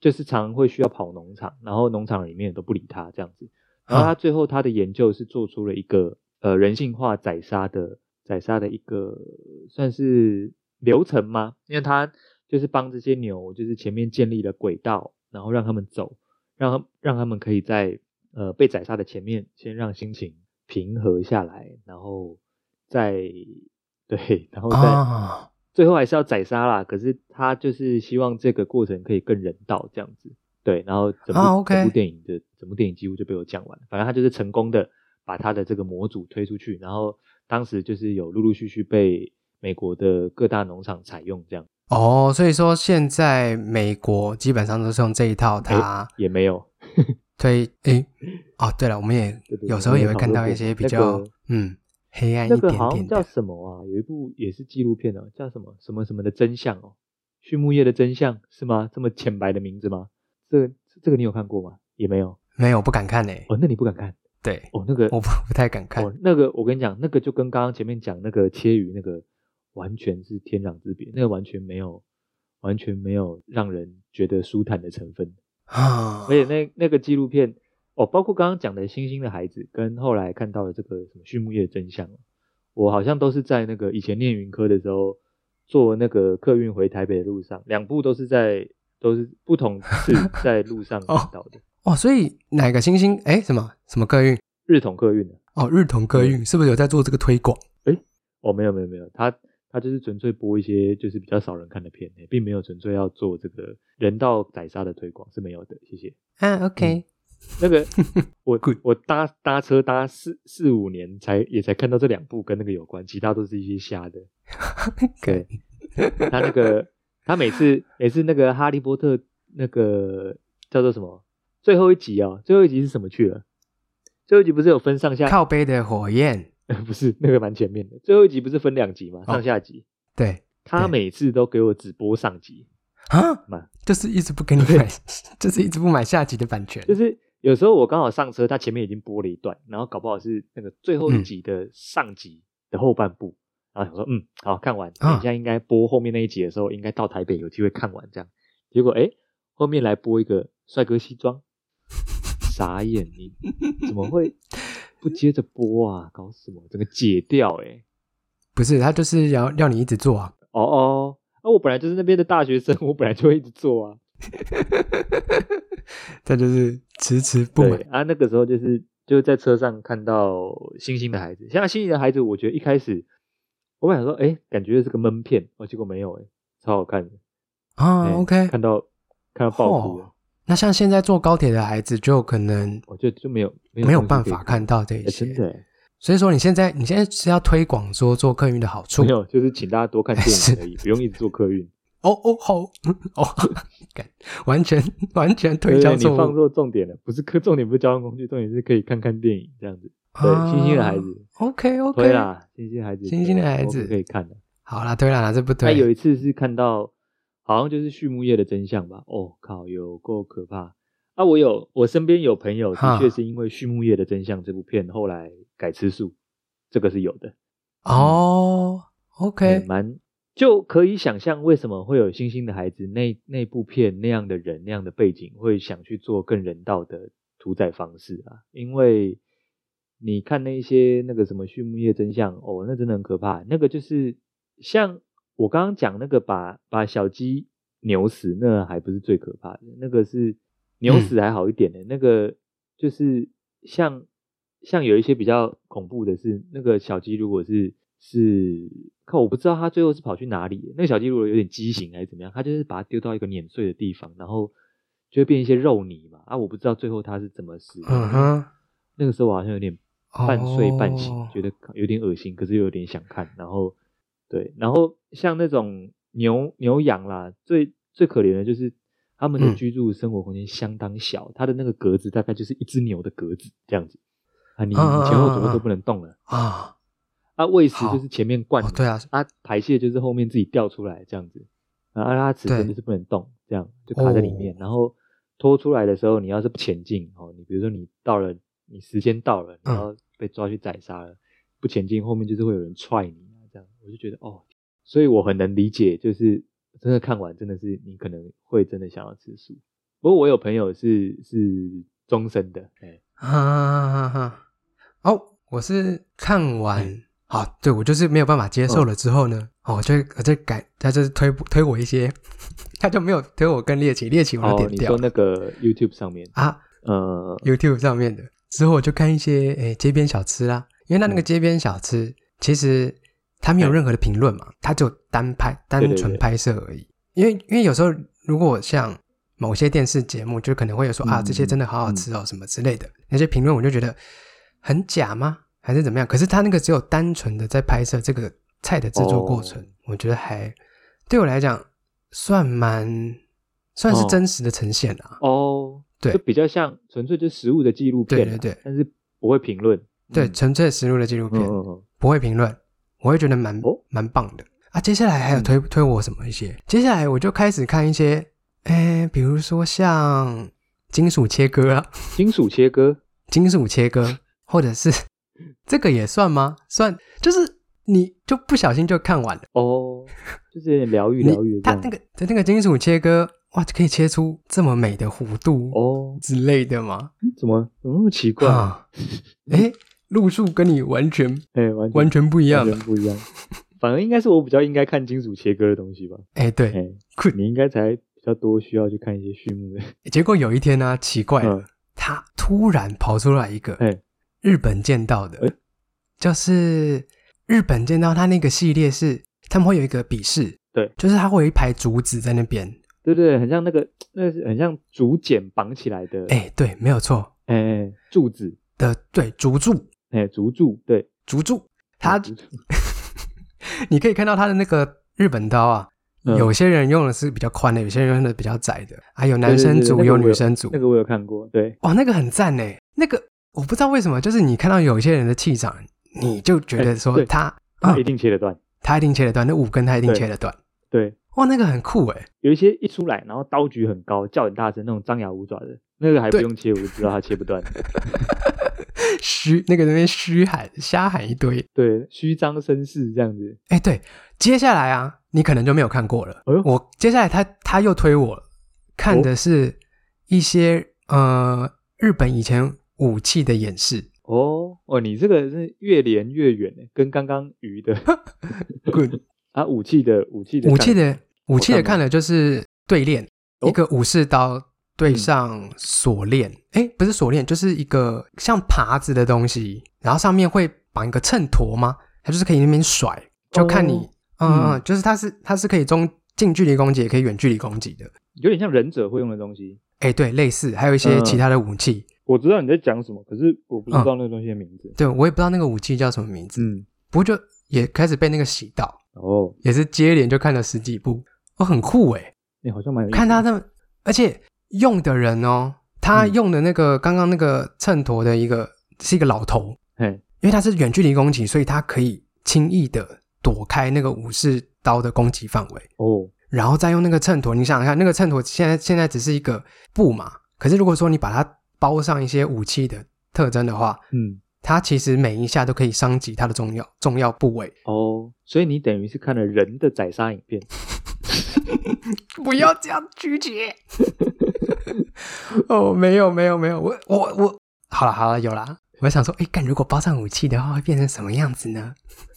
A: 就是常会需要跑农场，然后农场里面也都不理他这样子。然后他最后他的研究是做出了一个呃人性化宰杀的宰杀的一个算是流程吗？因为他就是帮这些牛，就是前面建立了轨道，然后让他们走，让让他们可以在呃被宰杀的前面先让心情平和下来，然后再 对，然后再、
B: 啊，
A: 最后还是要宰杀啦。可是他就是希望这个过程可以更人道这样子。对，然后整部、
B: 啊，OK
A: 整部电影的整部电影几乎就被我讲完了。反正他就是成功的把他的这个模组推出去，然后当时就是有陆陆续续被美国的各大农场采用，这样
B: 哦，所以说现在美国基本上都是用这一套它
A: 也没有。
B: 推诶、 哦，对了，我们也
A: 对对
B: 有时候也会看到一些比较、
A: 那个
B: 嗯黑暗一
A: 那个
B: 点
A: 好像
B: 点
A: 叫
B: 的
A: 什么啊？有一部也是纪录片哦，叫什么什么什么的真相哦，畜牧业的真相是吗？这么浅白的名字吗？这个这个你有看过吗？也没有
B: 没有不敢看诶、
A: 哦，那你不敢看
B: 对，
A: 哦，那个
B: 我不不太敢看
A: 哦，那个我跟你讲，那个就跟刚刚前面讲那个切鱼那个完全是天壤之别，那个完全没有，完全没有让人觉得舒坦的成分。
B: 啊
A: 而，且那那个纪录片哦，包括刚刚讲的《星星的孩子》，跟后来看到的这个什么畜牧业的真相，我好像都是在那个以前念云科的时候，坐那个客运回台北的路上，两部都是在都是不同 次在路上看到的。
B: 哦，所以哪个星星诶，什么什么客运
A: 日统客运的
B: 哦，日同客运是不是有在做这个推广？
A: 哦，没有没有没有，他他就是纯粹播一些就是比较少人看的片，并没有纯粹要做这个人道宰杀的推广是没有的。谢谢。
B: 啊，OK，
A: 那 个我
B: Good
A: 我搭搭车搭四四五年才也才看到这两部跟那个有关，其他都是一些瞎 的。对，他那个他每次每次那个哈利波特那个叫做什么最后一集啊、哦，最后一集是什么去了？最后一集不是有分上下？
B: 靠背的火焰，
A: 不是那个蛮前面的，最后一集不是分两集吗？
B: 哦
A: 上下集。
B: 对
A: 他
B: 对
A: 每次都给我只播上集，
B: 啊
A: 嘛，
B: 就是一直不给你买， 就是一直不买下集的版权，
A: 就是有时候我刚好上车，他前面已经播了一段，然后搞不好是那个最
B: 嗯
A: 后一集的上集的后半部，然后想说嗯，好看完，
B: 啊
A: 等一下应该播后面那一集的时候，应该到台北有机会看完这样。结果哎，后面来播一个帅哥西装，傻眼，你怎么会不接着播啊？搞什么？整个解掉哎、
B: 不是他就是要要你一直做啊，
A: 哦哦，啊，我本来就是那边的大学生，我本来就会一直做啊。
B: 他就是迟迟不
A: 对
B: 买
A: 啊，那个时候就是就是在车上看到星星的孩子，像星星的孩子，我觉得一开始我本来想说，哎、感觉是个闷片，哦，结果没有、诶哎，超好看的
B: 啊
A: 诶
B: ，OK，
A: 嗯看到看到爆哭了，
B: 哦那像现在坐高铁的孩子，就可能
A: 我就就没有没有
B: 没有
A: 东西
B: 办
A: 可以
B: 法看到这
A: 诶
B: 些
A: 哎真。的、诶
B: 所以说，你现在你现在是要推广说做客运的好处
A: 没。有，就是请大家多看电影而已，不用一直做客 运。
B: 哦哦好哦， 干完全完全推销
A: 对对
B: 错
A: 你放
B: 误。
A: 错重点了，不是客，重点不是交通工具，重点是可以看看电影这样子。对，
B: 啊
A: 星星的孩子，
B: OK
A: 推
B: 啊 OK，
A: 啦，星星的孩子，
B: 星星的孩
A: 我们
B: 子
A: 可以看的。
B: 好啦，推啦啦，这不
A: 那有
B: 对。
A: 一次是看到，好像就是畜牧业的真相吧？哦靠，有够可怕！啊，我有，我身边有朋友的
B: 哈
A: 确是因为《畜牧业的真相》这部片后来改吃素，这个是有的。
B: 哦
A: 也
B: ，OK，
A: 哎蛮就可以想象为什么会有《星星的孩子》那那部片那样的人那样的背景会想去做更人道的屠宰方式啊，因为你看那一些那个什么畜牧业真相哦，那真的很可怕。那个就是像我刚刚讲那个把把小鸡扭死，那还不是最可怕的，那个是扭死还好一点的，那个就是像像有一些比较恐怖的是，那个小鸡如果是是靠，我不知道它最后是跑去哪里。那个小鸡如果有点畸形还是怎么样，它就是把它丢到一个碾碎的地方，然后就会变一些肉泥嘛。啊，我不知道最后它是怎么死的。
B: 嗯哼，
A: 那个时候我好像有点
B: 哦
A: 半睡半醒，觉得有点恶心，可是又有点想看。然后对，然后像那种牛牛羊啦，最最可怜的就是他们的
B: 嗯
A: 居住生活空间相当小，它的那个格子大概就是一只牛的格子这样子啊，你你
B: 啊啊
A: 前后左
B: 啊
A: 右
B: 啊
A: 都不能动了。
B: 啊，
A: 啊，喂食
B: 好
A: 就是前面灌
B: 哦
A: 你，
B: 对啊，
A: 啊，排泄就是后面自己掉出来这样子，啊，啊它尺寸
B: 对哦
A: 就是不能动，这样就卡在里面。然后拖出来的时候，你要是不前进哦，你比如说你到了，你时间到了，
B: 嗯
A: 然后被抓去宰杀了，不前进，后面就是会有人踹你啊，这样我就觉得哦，所以我很能理解，就是真的看完真的是你可能会真的想要吃素。不过我有朋友是是终身的，哎、
B: 啊哈哈哈！哦，我是看
A: 嗯
B: 完，好，对我就是没有办法接受了之后呢，哦，我就我就改，他就是推推我一些， 他就没有推我更猎奇，猎奇我就
A: 哦，
B: 点
A: 你
B: 掉
A: 说那个 YouTube 上面，
B: 啊
A: 呃，
B: ，YouTube 上面的。之后我就看一些诶街边小吃啦，因为他那个
A: 嗯
B: 街边小吃其实他没有
A: 哎
B: 任何的评论嘛，他就单拍
A: 对
B: 单
A: 对
B: 纯
A: 对
B: 拍摄而已。因为因为有时候如果像某些电视节目，就可能会有说啊
A: 嗯
B: 这些真的好好吃哦什么之类的那些评论，我就觉得很假吗？还是怎么样？可是他那个只有单纯的在拍摄这个菜的制作过程，
A: 哦
B: 我觉得还对我来讲算蛮算是
A: 哦
B: 真实的呈现啊。
A: 哦，
B: 对
A: 就比较像纯粹就是食物的纪录片啊，
B: 对对对
A: 但是不会评论，
B: 对，
A: 嗯
B: 纯粹实录的纪录
A: 嗯
B: 片。
A: 嗯嗯，
B: 不会评论，我会觉得蛮、
A: 哦嗯
B: 蛮棒的啊。接下来还有推、推我什么一些？接下来我就开始看一些，哎，比如说像金属切割啊，
A: 金属切割，
B: 金属切割，或者是
A: 嗯
B: 这个也算吗？算，就是你就不小心就看完了，
A: 哦，就是有点疗 愈
B: 你
A: 疗愈的
B: 它
A: 这样，
B: 那个它那个金属切割，哇，可以切出这么美的弧度
A: 哦，
B: 之类的吗？
A: 怎么怎么那么奇怪？
B: 啊，哎，路数跟你完全
A: 哎，完
B: 完
A: 全
B: 全不一样
A: 完
B: 了
A: 全，不一样，反而应该是我比较应该看金属切割的东西 吧？
B: 哎，对，
A: 哎
B: 酷，
A: 你应该才比较多需要去看一些畜 牧的，
B: 结果有一天呢、奇怪了，
A: 嗯
B: 他突然跑出来一个
A: 哎
B: 日本剑道的，
A: 哎
B: 就是日本剑道，它那个系列是他们会有一个比试，
A: 对，
B: 就是它会有一排竹子在那边，
A: 对对，对很像那个，那是很像竹简绑起来的，
B: 哎，对，没有错
A: 哎，柱子，
B: 的，对，竹柱，
A: 哎，竹柱，对，
B: 竹柱，它
A: 竹柱
B: 你可以看到它的那个日本刀啊。
A: 嗯
B: 有些人用的是比较宽的，有些人用的比较窄的，啊，有
A: 对
B: 男
A: 对
B: 生
A: 对
B: 组，
A: 那个
B: 有
A: 我
B: 女生组，
A: 那个我有看过，对，
B: 哇，那个很赞呢。那个我不知道为什么，就是你看到有些人的气场，你就觉得
A: 哎
B: 说
A: 对
B: 他、
A: 它
B: 嗯
A: 一定切得断，
B: 他一定切得断，那五根他一定
A: 对
B: 切得断。
A: 对。
B: 哇，那个很酷哎，
A: 有一些一出来，然后刀举很高，叫很大声，那种张牙舞爪的，那个还不
B: 对
A: 用切，我就知道他切不断。
B: 虚那个那边虚喊瞎喊一堆。
A: 对，虚张声势这样子。
B: 哎，对，接下来啊，你可能就没有看过了。
A: 哎呦哦
B: 我接下来他他又推我看的是一些、呃日本以前武器的演示。
A: 哦哦，你这个是越连越远欸，跟刚刚鱼的
B: Good，
A: 啊武器的武器的
B: 武器的武
A: 我
B: 器的
A: 看过
B: 看了就是对练，
A: 哦
B: 一个武士刀对上锁链，哎、不是锁链，就是一个像耙子的东西，然后上面会绑一个秤砣吗？它就是可以那边甩，就看你，嗯、
A: 嗯
B: 嗯，就是它是它是可以中近距离攻击，也可以远距离攻击的。
A: 有点像忍者会用的东西。
B: 哎，对，类似还有一些
A: 嗯
B: 其他的武器，
A: 我知道你在讲什么，可是我不知道那个东西的名字。
B: 对我也不知道那个武器叫什么名字，
A: 嗯，
B: 不过就也开始被那个洗到，
A: 哦，
B: 也是接连就看了十几部，哦，很酷哎、
A: 你、好像蛮有意思
B: 看他的，而且用的人哦，他
A: 嗯
B: 用的那个、刚刚那个秤砣的一个是一个老头，
A: 嘿，
B: 因为他是远距离攻击，所以他可以轻易的躲开那个武士刀的攻击范围，
A: 哦，
B: 然后再用那个秤砣。你想想看，那个秤砣现在现在只是一个布嘛，可是如果说你把它包上一些武器的特征的话，
A: 嗯，
B: 它其实每一下都可以伤及它的重要重要部位。
A: 哦，所以你等于是看了人的宰杀影片。
B: 不要这样拒绝。 哦，没有没有没有，我我我，好了好了，有啦。我想说，哎，干，如果包上武器的话，会变成什么样子呢？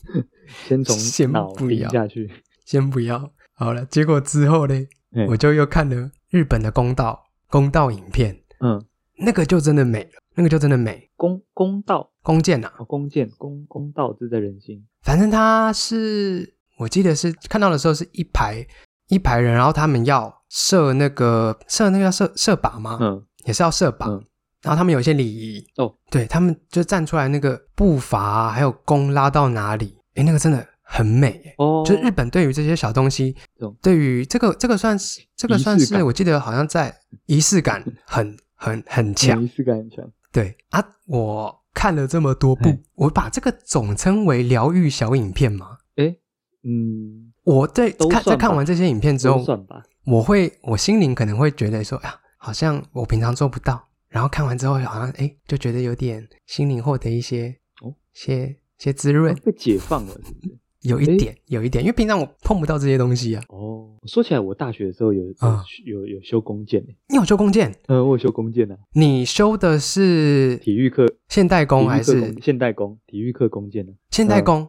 A: 先
B: 先
A: 从脑
B: 不
A: 顶
B: 要
A: 下去，
B: 先不要。好了，结果之后呢，
A: 嗯
B: 我就又看了日本的公道公道影片，
A: 嗯，
B: 那个就真的美了，那个就真的美。
A: 公公道
B: 弓箭啊，
A: 哦，弓箭，公公道自在人心。
B: 反正它是，我记得是看到的时候是一排一排人，然后他们要射那个射那个叫射射靶吗？
A: 嗯，
B: 也是要射靶，
A: 嗯
B: 然后他们有一些礼仪
A: 哦，
B: 对他们就站出来那个步伐啊、还有弓拉到哪里，诶，那个真的很美耶。
A: 哦，
B: 就日本对于这些小东西
A: 懂，
B: 对于这个这个算是这个算
A: 仪式
B: 是
A: 感
B: 我记得好像在仪式感很很很强
A: 仪。式感很强，
B: 对啊，我看了这么多部
A: 嘿，
B: 我把这个总称为疗愈小影片嘛。
A: 嗯，
B: 我在
A: 都
B: 看在
A: 算吧
B: 看完这些影片之
A: 都
B: 后，
A: 算吧，
B: 我会我心灵可能会觉得说，啊，好像我平常做不到，然后看完之后好像哎就觉得有点心灵获得一些
A: 哦
B: 些些滋润，
A: 被解放了是不是？
B: 有一
A: 诶
B: 点有一点，因为平常我碰不到这些东西啊。
A: 哦，说起来，我大学的时候有有
B: 啊
A: 有有修弓箭欸，
B: 你有修弓箭？
A: 嗯，我有修弓箭啊，
B: 你修的是
A: 体育课，
B: 现代
A: 体育
B: 弓还
A: 课
B: 是
A: 弓现代弓？体育课弓箭呢？
B: 现代弓？
A: 嗯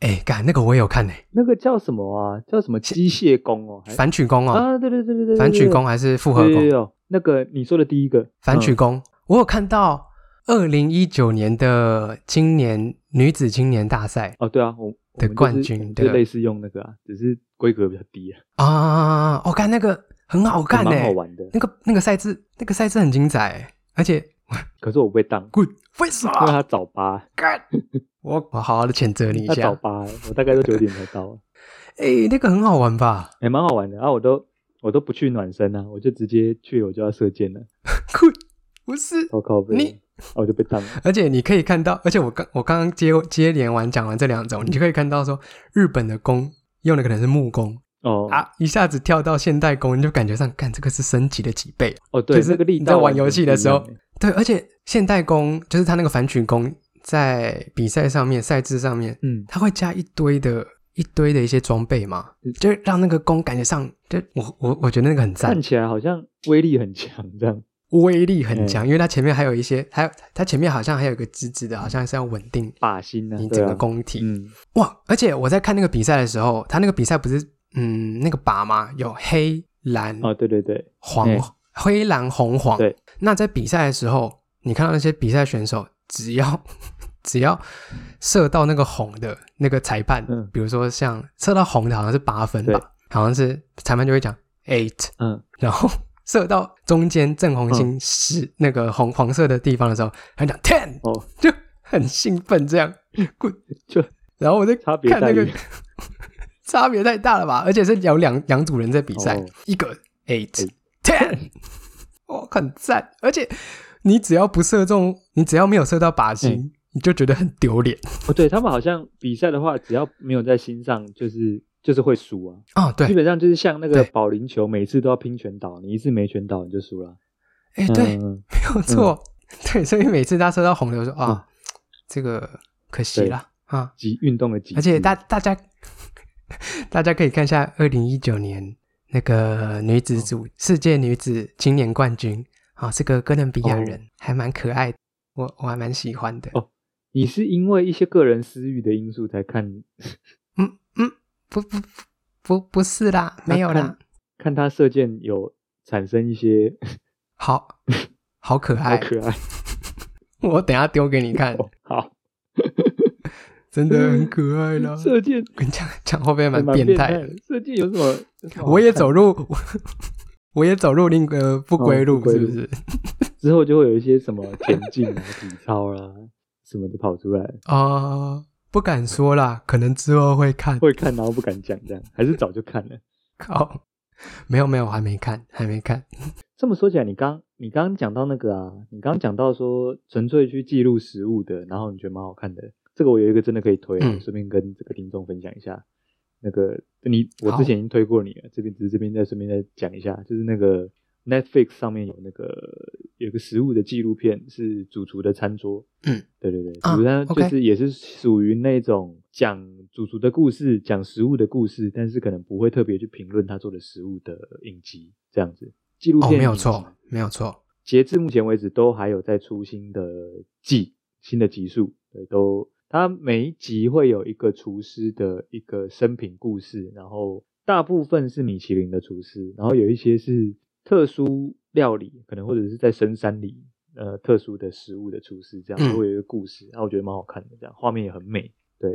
B: 哎，干那个我也有看呢，
A: 那个叫什么啊？叫什么机械弓哦？还
B: 反曲弓哦，
A: 啊，对对对对对，
B: 反曲弓
A: 弓
B: 还是复
A: 复
B: 合弓？
A: 弓，哦那个你说的第一个
B: 反曲
A: 嗯
B: 弓，我有看到二零一九年的青年女子青年大赛
A: 哦，对啊，我
B: 的冠军
A: 就
B: 对
A: 类似用那个啊，只是规格比较低啊，
B: 啊，我、看那个很好看呢、
A: 蛮好玩的。
B: 那个那个赛制，那个赛制很精彩欸、而且
A: 可是我被当，
B: good，为什
A: 因为
B: 么？
A: 他早八，
B: 干，我我好好的谴责你一
A: 他早
B: 下。
A: 八，我大概都九点才 到啊，
B: 哎、那个很好玩吧
A: 也蛮好玩的。啊然后我都我都不去暖身啊，我就直接去我就要射箭了，
B: ？good，不是。
A: 超靠背，
B: 你
A: 啊我就被当了。
B: 而且你可以看到，而且我刚我刚刚接接连完讲完这两种，你就可以看到说日本的弓用的可能是木弓
A: 哦
B: 啊，一下子跳到现代弓，你就感觉上看这个是升级了几倍。
A: 哦，对，
B: 就是
A: 那个力
B: 你在
A: 道
B: 玩
A: 完
B: 游
A: 全
B: 戏
A: 不
B: 的
A: 一
B: 时候
A: 样欸，
B: 对，而且现代弓就是它那个反曲弓，在比赛上面赛制上面，
A: 嗯，
B: 它会加一堆的一堆的一些装备嘛，就让那个弓感觉上，就嗯我我我觉得那个很赞
A: 看，起来好像威力很强这样。
B: 威力很强，因为它前面还有一些，还有它前面好像还有一个直直的，好像是要稳定
A: 靶心啊，
B: 你
A: 对
B: 整个
A: 啊
B: 弓体。
A: 嗯，
B: 哇！而且我在看那个比赛的时候，它那个比赛不是嗯那个靶嘛，有黑蓝
A: 哦，对对对，
B: 黄、
A: 嗯
B: 灰蓝红黄。
A: 对，
B: 那在比赛的时候，你看到那些比赛选手，只要 只要射到那个红的那个裁判，
A: 嗯
B: 比如说像射到红的好像是八分
A: 对
B: 吧，好像是裁判就会讲 eight，
A: 嗯，
B: 然后 射到中间正红心十、那个红黄色的地方的时候，他讲 ten，
A: 哦，
B: 就很兴奋这样，滚
A: 就
B: 然后我在
A: 差别
B: 看那
A: 待
B: 个
A: 遇
B: 差别太大了吧？而且是有两两组人在比赛，
A: 哦
B: 一个 eight ten，哦， 很赞！而且你只要不射中，你只要没有射到靶心，
A: 嗯
B: 你就觉得很丢脸
A: 哦，对他们好像比赛的话，只要没有在心上，就是就是会输啊。
B: 哦。
A: 基
B: 对，
A: 本上就是像那个
B: 对
A: 保龄球，每次都要拼全倒，你一次没全倒你就输了。
B: 哎，对，
A: 嗯，嗯
B: 没有错， 对，所以每次他射到红的，我说啊，这个可惜啦啊！
A: 极运动的极致，
B: 而且大大家 大家可以看一下二零一九年那个女子
A: 哦
B: 组、世界女子青年冠军啊，是个哥伦比亚人，还蛮可爱的，我我还蛮喜欢的。
A: 哦你是因为一些个人私欲的因素才看
B: 嗯嗯，不不不不不是啦，
A: 那
B: 没有啦
A: 看，看他射箭有产生一些
B: 好好可
A: 好
B: 爱，
A: 可爱，
B: 我等一下丢给你看，
A: 哦好
B: 真的很可 爱啦。
A: 射箭
B: 跟你讲讲会不会蛮
A: 蛮
B: 变
A: 变
B: 态
A: 态
B: 的
A: 的？，射箭有 什么？有什么好
B: 我也
A: 看
B: 走入， 我我也走入另一个不归
A: 哦
B: 路，
A: 不归
B: 是不
A: 路
B: 是？
A: 之后就会有一些什么田径啊、 体操啦、什么的跑出来，
B: 啊、不敢说啦，可能之后会看。
A: 会看然后不敢讲这样，还是早就看了。
B: 靠，没有没有，我还没看，还没看。
A: 这么说起来，你刚你刚刚讲到那个啊，你刚刚讲到说纯粹去记录食物的，然后你觉得蛮好看的，这个我有一个真的可以推、啊，
B: 嗯
A: 顺便跟这个听众分享一下。那个你我
B: 好
A: 之前已经推过你了，这边只是这边再顺便再讲一下，就是那个 Netflix 上面有那个有个食物的纪录片，是主厨的餐桌。
B: 嗯，
A: 对对对，主
B: 啊
A: 厨餐
B: OK
A: 就是也是属于那种讲主厨的故事、讲食物的故事，但是可能不会特别去评论他做的食物的影集这样子。纪录
B: 哦，
A: 片
B: 没有
A: 影集
B: 错，没有错。
A: 截至目前为止都还有在出新的季、新的集数，对，都它每一集会有一个厨师的一个生平故事，然后大部分是米其林的厨师，然后有一些是特殊料理，可能或者是在深山里呃特殊的食物的厨师这样，
B: 嗯
A: 都会有一个故事，然后我觉得蛮好看的，这样画面也很美。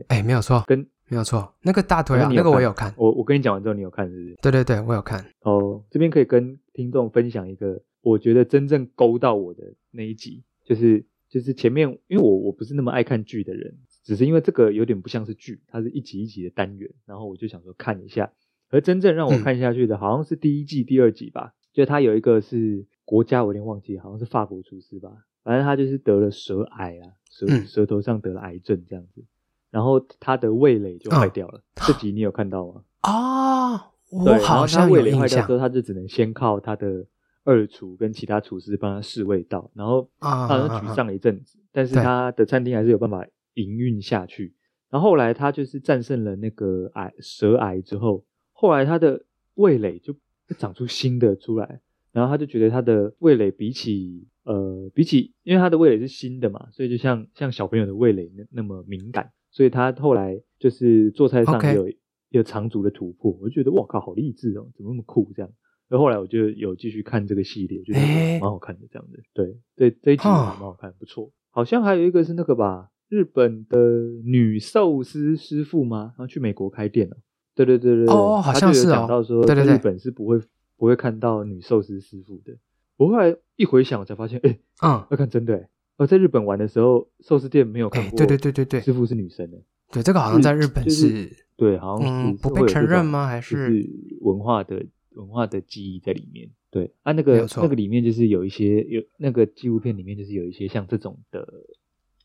B: 哎，没有错，
A: 跟
B: 没有错。那个大腿啊，
A: 你
B: 那
A: 有
B: 个我
A: 看
B: 有看。
A: 我我跟你讲完之后，你有看是不是？
B: 对对对，我有看。
A: 哦，这边可以跟听众分享一个，我觉得真正勾到我的那一集，就是就是前面，因为我我不是那么爱看剧的人，只是因为这个有点不像是剧，它是一集一集的单元，然后我就想说看一下。而真正让我看下去的，好像是第一季、第二集吧，就它有一个是国家，我有点忘记，好像是法国厨师吧，反正他就是得了舌癌啊，舌
B: 嗯
A: 舌头上得了癌症这样子，然后他的味蕾就坏掉了。这集你有看到吗？
B: 啊，
A: 哦对，
B: 我
A: 然后
B: 好
A: 他
B: 像
A: 味
B: 有
A: 蕾
B: 印
A: 坏掉
B: 象
A: 之后，他就只能先靠他的二厨跟其他厨师帮他试味道，然后
B: 啊
A: 他好像沮丧了一阵子，但是
B: 对
A: 他的餐厅还是有办法营运下去。然后后来他就是战胜了那个癌舌癌之后，后来他的味蕾就长出新的出来，然后他就觉得他的味蕾比起呃比起，因为他的味蕾是新的嘛，所以就像像小朋友的味蕾那那么敏感，所以他后来就是做菜上
B: OK
A: 也有也有长足的突破，我就觉得哇靠，好励志哦，怎么那么酷这样。然后后来我就有继续看这个系列，就觉得
B: 诶
A: 蛮好看的这样子。对，对，这一集
B: 哦
A: 蛮好看，不错。好像还有一个是那个吧，日本的女寿司师傅吗？然后去美国开店了。对对对对对，
B: 哦好
A: 他
B: 像
A: 就有
B: 是哦
A: 讲到说，
B: 对对
A: 在
B: 对
A: 日本是不会不会看到女寿司师傅的。我后来一回想，我才发现，哎，
B: 嗯，
A: 要看真的哎。我在日本玩的时候，寿司店没有看
B: 哎，
A: 过，
B: 对对对对
A: 师
B: 对
A: 傅是女生的。
B: 对，这个好像在日本
A: 就是
B: 是
A: 对，好像是
B: 嗯
A: 是
B: 不
A: 会
B: 被
A: 有
B: 承
A: 这种
B: 认吗还
A: 就是是文化的文化的记忆在里面？对啊，那
B: 没
A: 个
B: 有错
A: 那个里面就是有一些有那个纪录片里面就是有一些像这种的，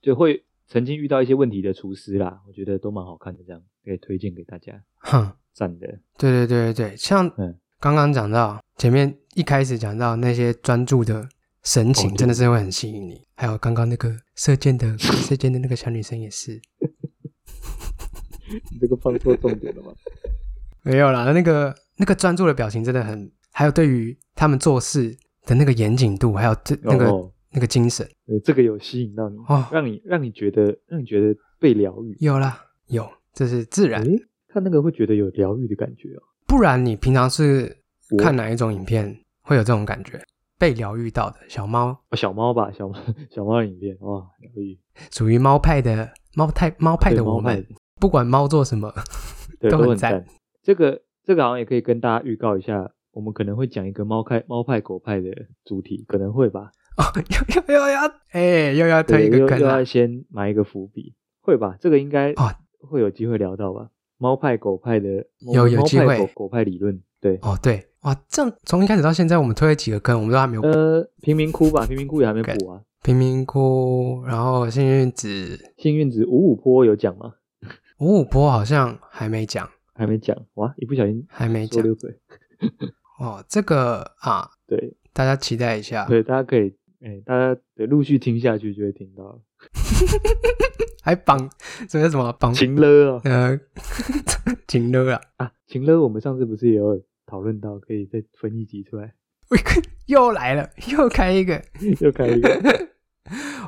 A: 就会曾经遇到一些问题的厨师啦，我觉得都蛮好看的，这样可以推荐给大家，
B: 哼。
A: 赞的。
B: 对对对对对，像
A: 嗯
B: 刚刚讲到前面一开始讲到那些专注的神
A: 哦
B: 情，
A: 对
B: 真的是会很吸引你。还有刚刚那个射箭的射箭的那个小女生也是，
A: 你这个放错重点了吗？
B: 没有啦，那个那个专注的表情真的很，还有对于他们做事的那个严谨度，还有这那个、
A: 哦
B: 那个精神，
A: 对，这个有吸引到你，
B: 哦
A: 让你让你觉得让你觉得被疗愈。
B: 有啦有，这是自然。
A: 诶，看那个会觉得有疗愈的感觉哦。
B: 不然你平常是
A: 我
B: 看哪一种影片会有这种感觉？被疗愈到的小猫
A: 哦小猫吧，小猫 小猫的影片哇，疗愈。
B: 属于猫派的猫派猫派
A: 对
B: 的
A: 猫
B: 我
A: 派
B: 们，不管猫做什么，
A: 对，
B: 都
A: 都
B: 很
A: 很
B: 赞
A: 赞。这个这个好像也可以跟大家预告一下，我们可能会讲一个猫派猫派狗派的主题，可能会吧。
B: 哦， 又又又要哎、又要推
A: 对，
B: 一
A: 又
B: 个啊
A: 又
B: 梗了
A: 要。先埋一个伏笔，会吧？这个应该
B: 哦
A: 会有机会聊到吧？猫派狗派的
B: 有有
A: 猫
B: 机
A: 派
B: 会
A: 狗狗派理论，对。
B: 哦，对，哇，这样从一开始到现在，我们推了几个坑，我们都还没有
A: 呃，贫民窟吧，贫民窟也还没补啊。
B: 贫民窟，然后幸运子
A: 幸运值五五坡有讲吗？
B: 五五波哦好像还没讲，
A: 还没讲哇！一不小心
B: 还没
A: 说
B: 讲
A: 溜嘴。
B: 哦，这个啊，
A: 对
B: 大家期待一下，
A: 对，大家可以哎，大家得陆续听下去就会听到了。
B: 还绑这个什么绑
A: 情了啊！
B: 呃 紧勒啊，
A: 啊，情乐，我们上次不是也有讨论到，可以再分一集出来，
B: 又来了，又开一个，
A: 又开一 个，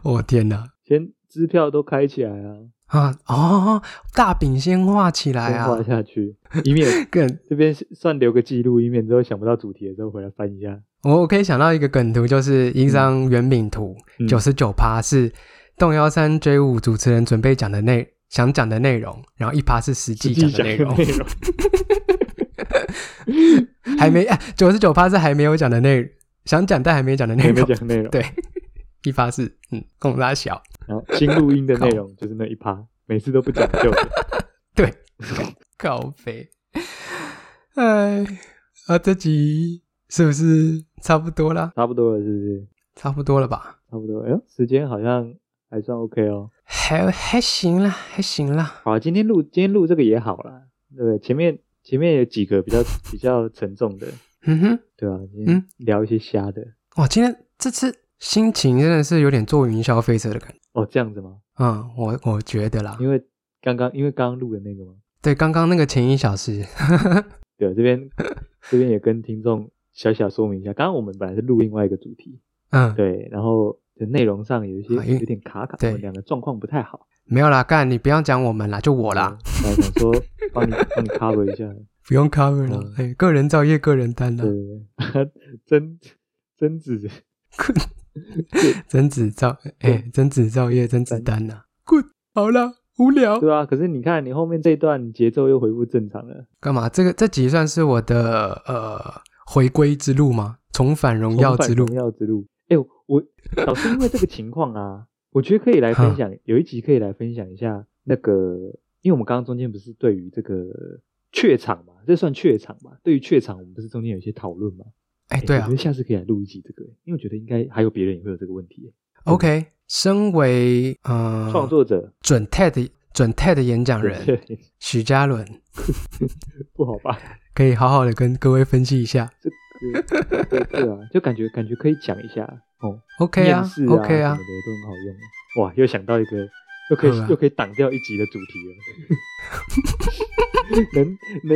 B: 我、天哪
A: 先支票都开起来啊，
B: 啊哦，大饼先画起来
A: 先
B: 啊，
A: 画下去，以免
B: 梗，
A: 这边算留个记录，以免之后想不到主题的时候回来翻一下。
B: 我我可以想到一个梗图，就是一张圆饼图，
A: 嗯
B: 九十九趴是动幺三追五主持人准备讲的内想讲的内容，然后一趴是实际
A: 自己
B: 讲
A: 讲的
B: 的内
A: 内
B: 容，
A: 容，
B: 还没 九十九趴是还没有讲的内想讲但还没讲的内
A: 还没
B: 容，
A: 讲内容。
B: 对，一趴是嗯共拉小，
A: 然后新录音的内 容就是那一趴，每次都不讲究的。
B: 对，告飞，哎啊这集是不是差不多啦？
A: 差不多了，是不是？
B: 差不多了吧？
A: 差不多，哎呦，时间好像还算 OK 哦。
B: 还还行啦，还行啦，
A: 好，啊今天录今天录这个也好啦，对不对？前面前面有几个比较比较沉重的，
B: 嗯哼。
A: 对吧、今天
B: 嗯
A: 聊一些瞎的。
B: 哇，今天这次心情真的是有点坐云霄飞车的感觉。
A: 哦，这样子吗？
B: 嗯，我我觉得啦，
A: 因为刚刚因为刚刚录的那个吗？
B: 对刚刚那个前一小时，
A: 对，这 边这边也跟听众小小说明一下，刚刚我们本来是录另外一个主题，
B: 嗯，
A: 对，然后就内容上有一些
B: 啊因为
A: 有点卡卡，我
B: 对
A: 们两个状况不太好。
B: 没有啦，干你不要讲我们啦，就我啦，
A: 对，然后想说帮 你帮你 cover 一下，
B: 不用 cover 了
A: 嗯，
B: 哎、个人造业个人担啦
A: 对，对对， 真真子
B: 甄子造，哎、甄子造业甄子丹啦，good，好啊啦，无聊，
A: 对啊，可是你看你后面这一段节奏又恢复正常了，
B: 干嘛？这个这集算是我的呃回归之路吗？重返荣耀
A: 重返
B: 之路
A: 荣耀之路。哎、我我老师因为这个情况啊，我觉得可以来分享，有一集可以来分享一下那个，因为我们刚刚中间不是对于这个雀场嘛，这算雀场嘛？对于雀场，我们不是中间有一些讨论嘛？
B: 哎，对
A: 我
B: 啊
A: 觉得下次可以来录一集这个，因为我觉得应该还有别人也会有这个问题。
B: ，OK。身为呃
A: 创作者
B: 准 TED 准 TED 演讲人许嘉伦，
A: 不好 吧？
B: 可以好好的跟各位分析一下。
A: 对对对啊，就感觉感觉可以讲一下哦。
B: OK 啊
A: 面试啊
B: ，OK 啊
A: 什么，的都很好用。哇，又想到一个，又可以、
B: 对啊
A: 又可以挡掉一集的主题了， 能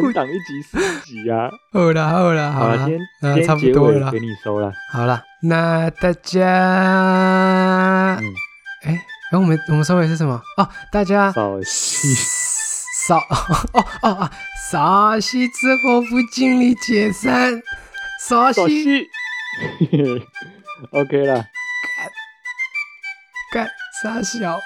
A: 能挡一集是一集啊！
B: 好啦好啦
A: 好
B: 啦
A: 了，今，天
B: 那
A: 今
B: 差
A: 天
B: 不
A: 结
B: 多
A: 尾
B: 了
A: 给，你收了，
B: 好啦，那大家
A: 嗯，
B: 哎，然后我们我们收尾是什么？哦，大家
A: 扫
B: 扫哦哦哦，扫息之后不经理解散，扫
A: 扫
B: 息
A: 戏，OK 了。
B: 干傻小。